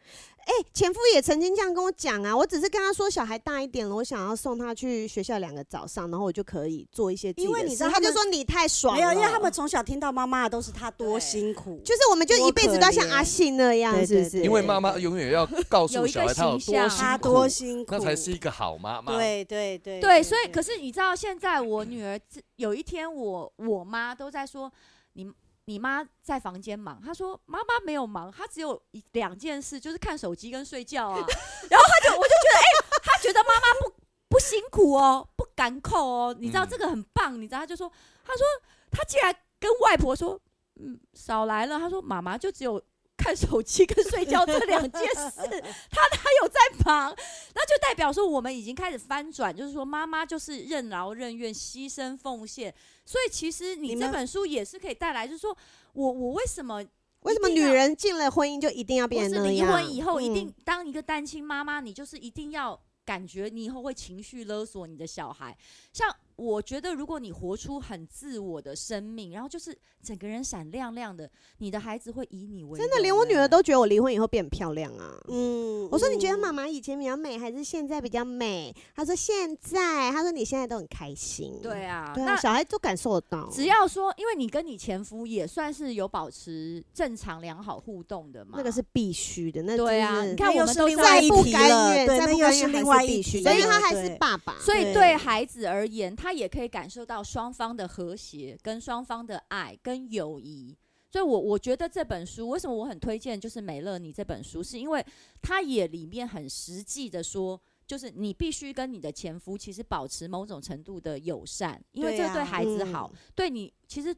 Speaker 6: 哎、前夫也曾经这样跟我讲啊，我只是跟他说小孩大一点了，我想要送他去学校两个早上，然后我就可以做一些自己的
Speaker 4: 因为你知道
Speaker 6: 事他
Speaker 4: 他们
Speaker 6: 就说你太爽
Speaker 4: 嗯没
Speaker 6: 了，
Speaker 4: 有，因为他们从小听到妈妈的都是他多
Speaker 3: 对
Speaker 4: 辛苦，
Speaker 6: 就是我们就一辈子都要像阿信那样，
Speaker 4: 对对
Speaker 6: 是
Speaker 4: 对
Speaker 6: 不是？
Speaker 5: 因为妈妈永远要告诉小孩她有多
Speaker 3: 有一个
Speaker 5: 辛
Speaker 3: 形
Speaker 4: 他
Speaker 5: 苦，
Speaker 4: 多辛苦，
Speaker 5: 那才是一个好妈妈。
Speaker 4: 对对对
Speaker 3: 对，所以可
Speaker 4: 是
Speaker 3: 是你知道，现在我女儿自有一天我，我妈都在说你你妈在房间忙，她说妈妈没有忙，她只有一两件事，就是看手机跟睡 觉啊。然后她就我就觉得，哎、她觉得妈妈不不辛苦哦，不敢扣哦，你知道
Speaker 5: 嗯
Speaker 3: 这个很棒，你知道她就说，她说她竟然跟外婆说，嗯，少来了，她说妈妈就只有。看手机跟睡觉这两件事，她哪有在忙？那就代表说我们已经开始翻转，就是说妈妈就是任劳任怨、牺牲奉献。所以其实你
Speaker 4: 你
Speaker 3: 这
Speaker 4: 们
Speaker 3: 本书也是可以带来，就是说我我为什么
Speaker 6: 为什么女人进了婚姻就一定要
Speaker 3: 我
Speaker 6: 变
Speaker 3: 是
Speaker 6: 成那
Speaker 3: 离
Speaker 6: 样？
Speaker 3: 婚以后一定
Speaker 6: 嗯
Speaker 3: 当一个单亲妈妈，你就是一定要感觉你以后会情绪勒索你的小孩。像我觉得如果你活出很自我的生命，然后就是整个人闪亮亮的，你的孩子会以你为
Speaker 6: 真的连我女儿都觉得我离婚以后变漂亮啊。
Speaker 4: 嗯，
Speaker 6: 我说你觉得
Speaker 4: 嗯
Speaker 6: 妈？妈以前比较美，还是现在比较美？她说现在，她说你现在都很开心。
Speaker 3: 对啊，
Speaker 6: 对啊，
Speaker 3: 那
Speaker 6: 小孩都感受得到。
Speaker 3: 只要说，因为你跟你前夫也算是有保持正常良好互动的嘛，
Speaker 6: 那个是必须的，那
Speaker 3: 对啊
Speaker 6: 真是
Speaker 3: 你看
Speaker 4: 那
Speaker 3: 我
Speaker 4: 又
Speaker 3: 们
Speaker 4: 是
Speaker 3: 都
Speaker 4: 另
Speaker 3: 在
Speaker 4: 外
Speaker 6: 再
Speaker 4: 一
Speaker 6: 不
Speaker 4: 题
Speaker 6: 甘
Speaker 4: 了
Speaker 6: 愿，
Speaker 4: 对，
Speaker 6: 再
Speaker 4: 那
Speaker 6: 不
Speaker 4: 又
Speaker 6: 甘愿
Speaker 4: 是
Speaker 6: 还
Speaker 4: 另
Speaker 6: 是
Speaker 4: 外
Speaker 6: 必
Speaker 4: 一
Speaker 6: 须，
Speaker 4: 题
Speaker 6: 所
Speaker 4: 了，
Speaker 6: 以他还是
Speaker 4: 对
Speaker 6: 爸 爸。
Speaker 3: 所以
Speaker 4: 对
Speaker 3: 对孩子而言，他也可以感受到双方的和谐、跟双方的爱、跟友谊。所以我，我觉得这本书为什么我很推荐，就是《美乐你》这本书，是因为它也里面很实际的说，就是你必须跟你的前夫其实保持某种程度的友善，因为
Speaker 4: 对
Speaker 3: 这
Speaker 4: 啊
Speaker 3: 对孩子
Speaker 6: 嗯
Speaker 3: 好，对你其实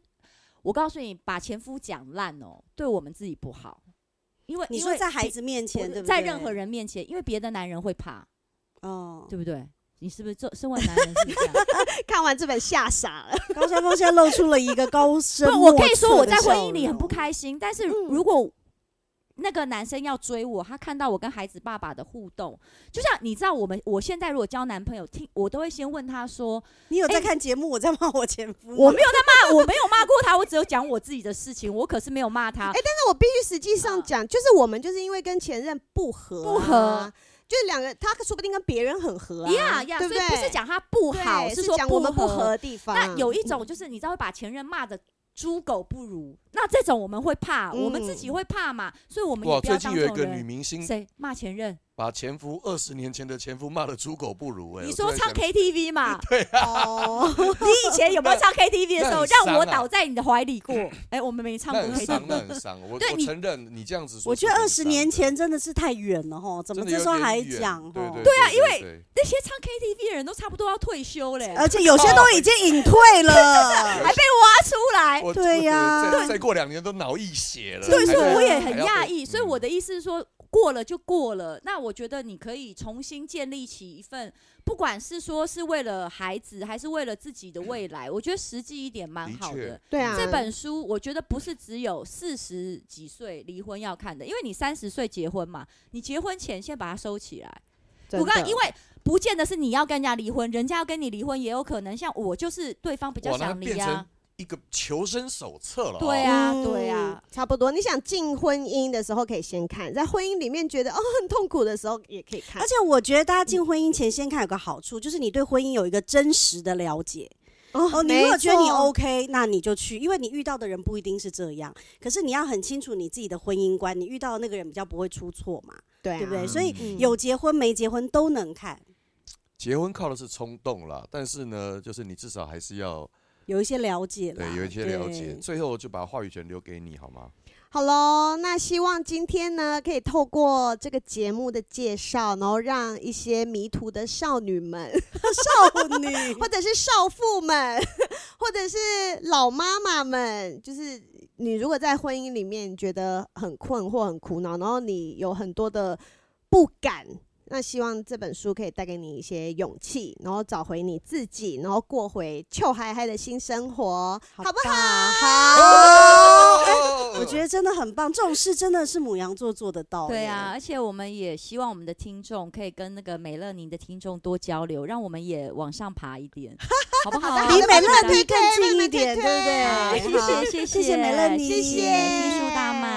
Speaker 3: 我告诉你，把前夫讲烂哦，对我们自己不好，因为
Speaker 4: 你
Speaker 3: 因
Speaker 4: 说
Speaker 3: 为
Speaker 4: 在孩
Speaker 3: 别
Speaker 4: 子面前，对不对？
Speaker 3: 在任何人面前，因为别的男人会怕，
Speaker 4: 哦，
Speaker 3: 对不对？你是不是做身为男人是不是这 样？
Speaker 6: 看完这本吓傻 了，
Speaker 4: 高山峰现在露出了一个高 深
Speaker 3: 不，
Speaker 4: 莫
Speaker 3: 我可以说
Speaker 4: 测
Speaker 3: 我
Speaker 4: 的
Speaker 3: 在婚
Speaker 4: 笑
Speaker 3: 姻里很不
Speaker 4: 容
Speaker 3: 开心，但是如果那个男生要追我，他看到我跟孩子爸爸的互动，就像你知道，我们我现在如果交男朋友，听我都会先问他说，
Speaker 4: 你有
Speaker 3: 哎
Speaker 4: 在看节目？我在骂我前夫吗，
Speaker 3: 我没有在骂，我 没有骂过他，我只有讲我自己的事情，我可是没有骂 他。
Speaker 6: 哎但是我必须实际上讲，就是我们就是因为跟前任不合啊，
Speaker 3: 啊不合
Speaker 6: 就是两个他说不定跟别人很合啊，
Speaker 3: 哎呀呀，
Speaker 6: 对
Speaker 3: 所
Speaker 6: 不
Speaker 3: 以
Speaker 6: 对？
Speaker 3: 不是讲他不
Speaker 6: 对
Speaker 3: 好，
Speaker 6: 是
Speaker 3: 说
Speaker 6: 讲我们不合
Speaker 3: 合。
Speaker 6: 的地方。
Speaker 3: 那有一种就是你知道会把前任骂的。猪狗不如，那这种我们会怕，我们自己会怕嘛，所嗯以我们也
Speaker 5: 哇，
Speaker 3: 不要
Speaker 5: 最
Speaker 3: 当
Speaker 5: 近有一
Speaker 3: 这种
Speaker 5: 个女
Speaker 3: 人。
Speaker 5: 明星
Speaker 3: 谁骂前任？
Speaker 5: 把前夫二十年前的前夫骂的猪狗不如、哎，
Speaker 3: 你
Speaker 5: 我
Speaker 3: 说
Speaker 5: 突然
Speaker 3: 唱
Speaker 5: 想
Speaker 3: KTV 嘛？
Speaker 6: 哦，
Speaker 3: 你以前有没有唱 KTV 的时
Speaker 5: 那
Speaker 3: 候
Speaker 5: 很伤啊
Speaker 3: 让我倒在你的怀 里过？哎，我们没唱过
Speaker 5: 那很伤，那啊
Speaker 3: KTV。
Speaker 5: 很伤。我
Speaker 3: 对
Speaker 5: 我
Speaker 3: 你
Speaker 5: 承认，你这样子说，
Speaker 4: 我觉得二十年前真的是太远了吼，怎
Speaker 5: 真的
Speaker 4: 么这
Speaker 5: 有
Speaker 4: 时候
Speaker 5: 点
Speaker 4: 还
Speaker 5: 远
Speaker 4: 讲
Speaker 5: 对
Speaker 4: 吼
Speaker 5: 对？对
Speaker 3: 啊因为
Speaker 5: 为
Speaker 3: 那些唱 KTV 的人都差不多要退休嘞，
Speaker 4: 而且有些都已经隐退了，
Speaker 3: 呃还被挖出来。
Speaker 5: 我
Speaker 4: 对
Speaker 5: 我
Speaker 4: 呀
Speaker 5: 再再过两年都脑溢血了。
Speaker 3: 对，
Speaker 5: 还
Speaker 3: 所以
Speaker 5: 在
Speaker 3: 我也
Speaker 5: 啊
Speaker 3: 很
Speaker 5: 还要嗯
Speaker 3: 讶
Speaker 5: 被
Speaker 3: 异。所以我的意思是说，过了就过了。那我觉得你可以重新建立起一份，不管是说是为了孩子，还是为了自己的未来，我觉得实际一点蛮
Speaker 5: 的
Speaker 3: 好
Speaker 5: 确
Speaker 3: 的。
Speaker 6: 对啊，
Speaker 3: 这本书我觉得不是只有四十几岁离婚要看的，因为你三十岁结婚嘛，你结婚前先把它收起来。
Speaker 6: 真
Speaker 3: 我
Speaker 6: 的
Speaker 3: 刚因为不见得是你要跟人家离婚，人家要跟你离婚也有可能。像我就是对方比较
Speaker 5: 哇那
Speaker 3: 想
Speaker 5: 变
Speaker 3: 离
Speaker 5: 成
Speaker 3: 啊，
Speaker 5: 一个求生手册了、哦。
Speaker 3: 对啊，对
Speaker 6: 嗯
Speaker 3: 啊。
Speaker 6: 差不多。你想进婚姻的时候可以先看，在婚姻里面觉得哦很痛苦的时候也可以看
Speaker 4: 而。且我觉得大家
Speaker 5: 嗯
Speaker 4: 进婚姻前先看有个好处，就是你对婚姻有一个真实的了解。哦，你如果觉得你
Speaker 6: 没错
Speaker 4: OK，那你就去，因为你遇到的人不一定是这样。可是你要很清楚你自己的婚姻观，你遇到的那个人比较不会出错嘛，
Speaker 6: 对啊
Speaker 4: 对不对？所以
Speaker 6: 嗯
Speaker 4: 有结婚没结婚都能看，
Speaker 5: 结婚靠的是冲动啦，但是呢，就是你至少还是要
Speaker 4: 有一些了解啦，
Speaker 5: 对有一些了解。
Speaker 4: 对
Speaker 5: 最后就把话语权留给你好吗？
Speaker 6: 好喽，那希望今天呢，可以透过这个节目的介绍，然后让一些迷途的少女们、少女 或者是少妇们，或者是老妈妈们，就是你如果在婚姻里面你觉得很困惑、很苦恼，然后你有很多的不敢。那希望这本书可以带给你一些勇气，然后找回你自己，然后过回臭嗨嗨的新生活，好不
Speaker 4: 吧
Speaker 6: 好？
Speaker 3: 哦哎
Speaker 4: 我觉得真的很棒，这种事真的是母羊座做得到。
Speaker 3: 对啊，，而且我们也希望我们的听众可以跟那个美乐宁的听众多交流，让我们也往上爬一点，好不好？
Speaker 4: 离
Speaker 6: 好的
Speaker 4: 美
Speaker 6: 好的
Speaker 4: 乐
Speaker 6: 推
Speaker 4: 妮
Speaker 6: 推
Speaker 4: 更
Speaker 6: 让你
Speaker 4: 近一
Speaker 6: 们推
Speaker 4: 点，对
Speaker 6: 推
Speaker 4: 不 对？
Speaker 3: 谢谢谢
Speaker 4: 谢谢美乐妮
Speaker 3: 谢谢
Speaker 4: 谢谢
Speaker 3: 谢谢舒大妈，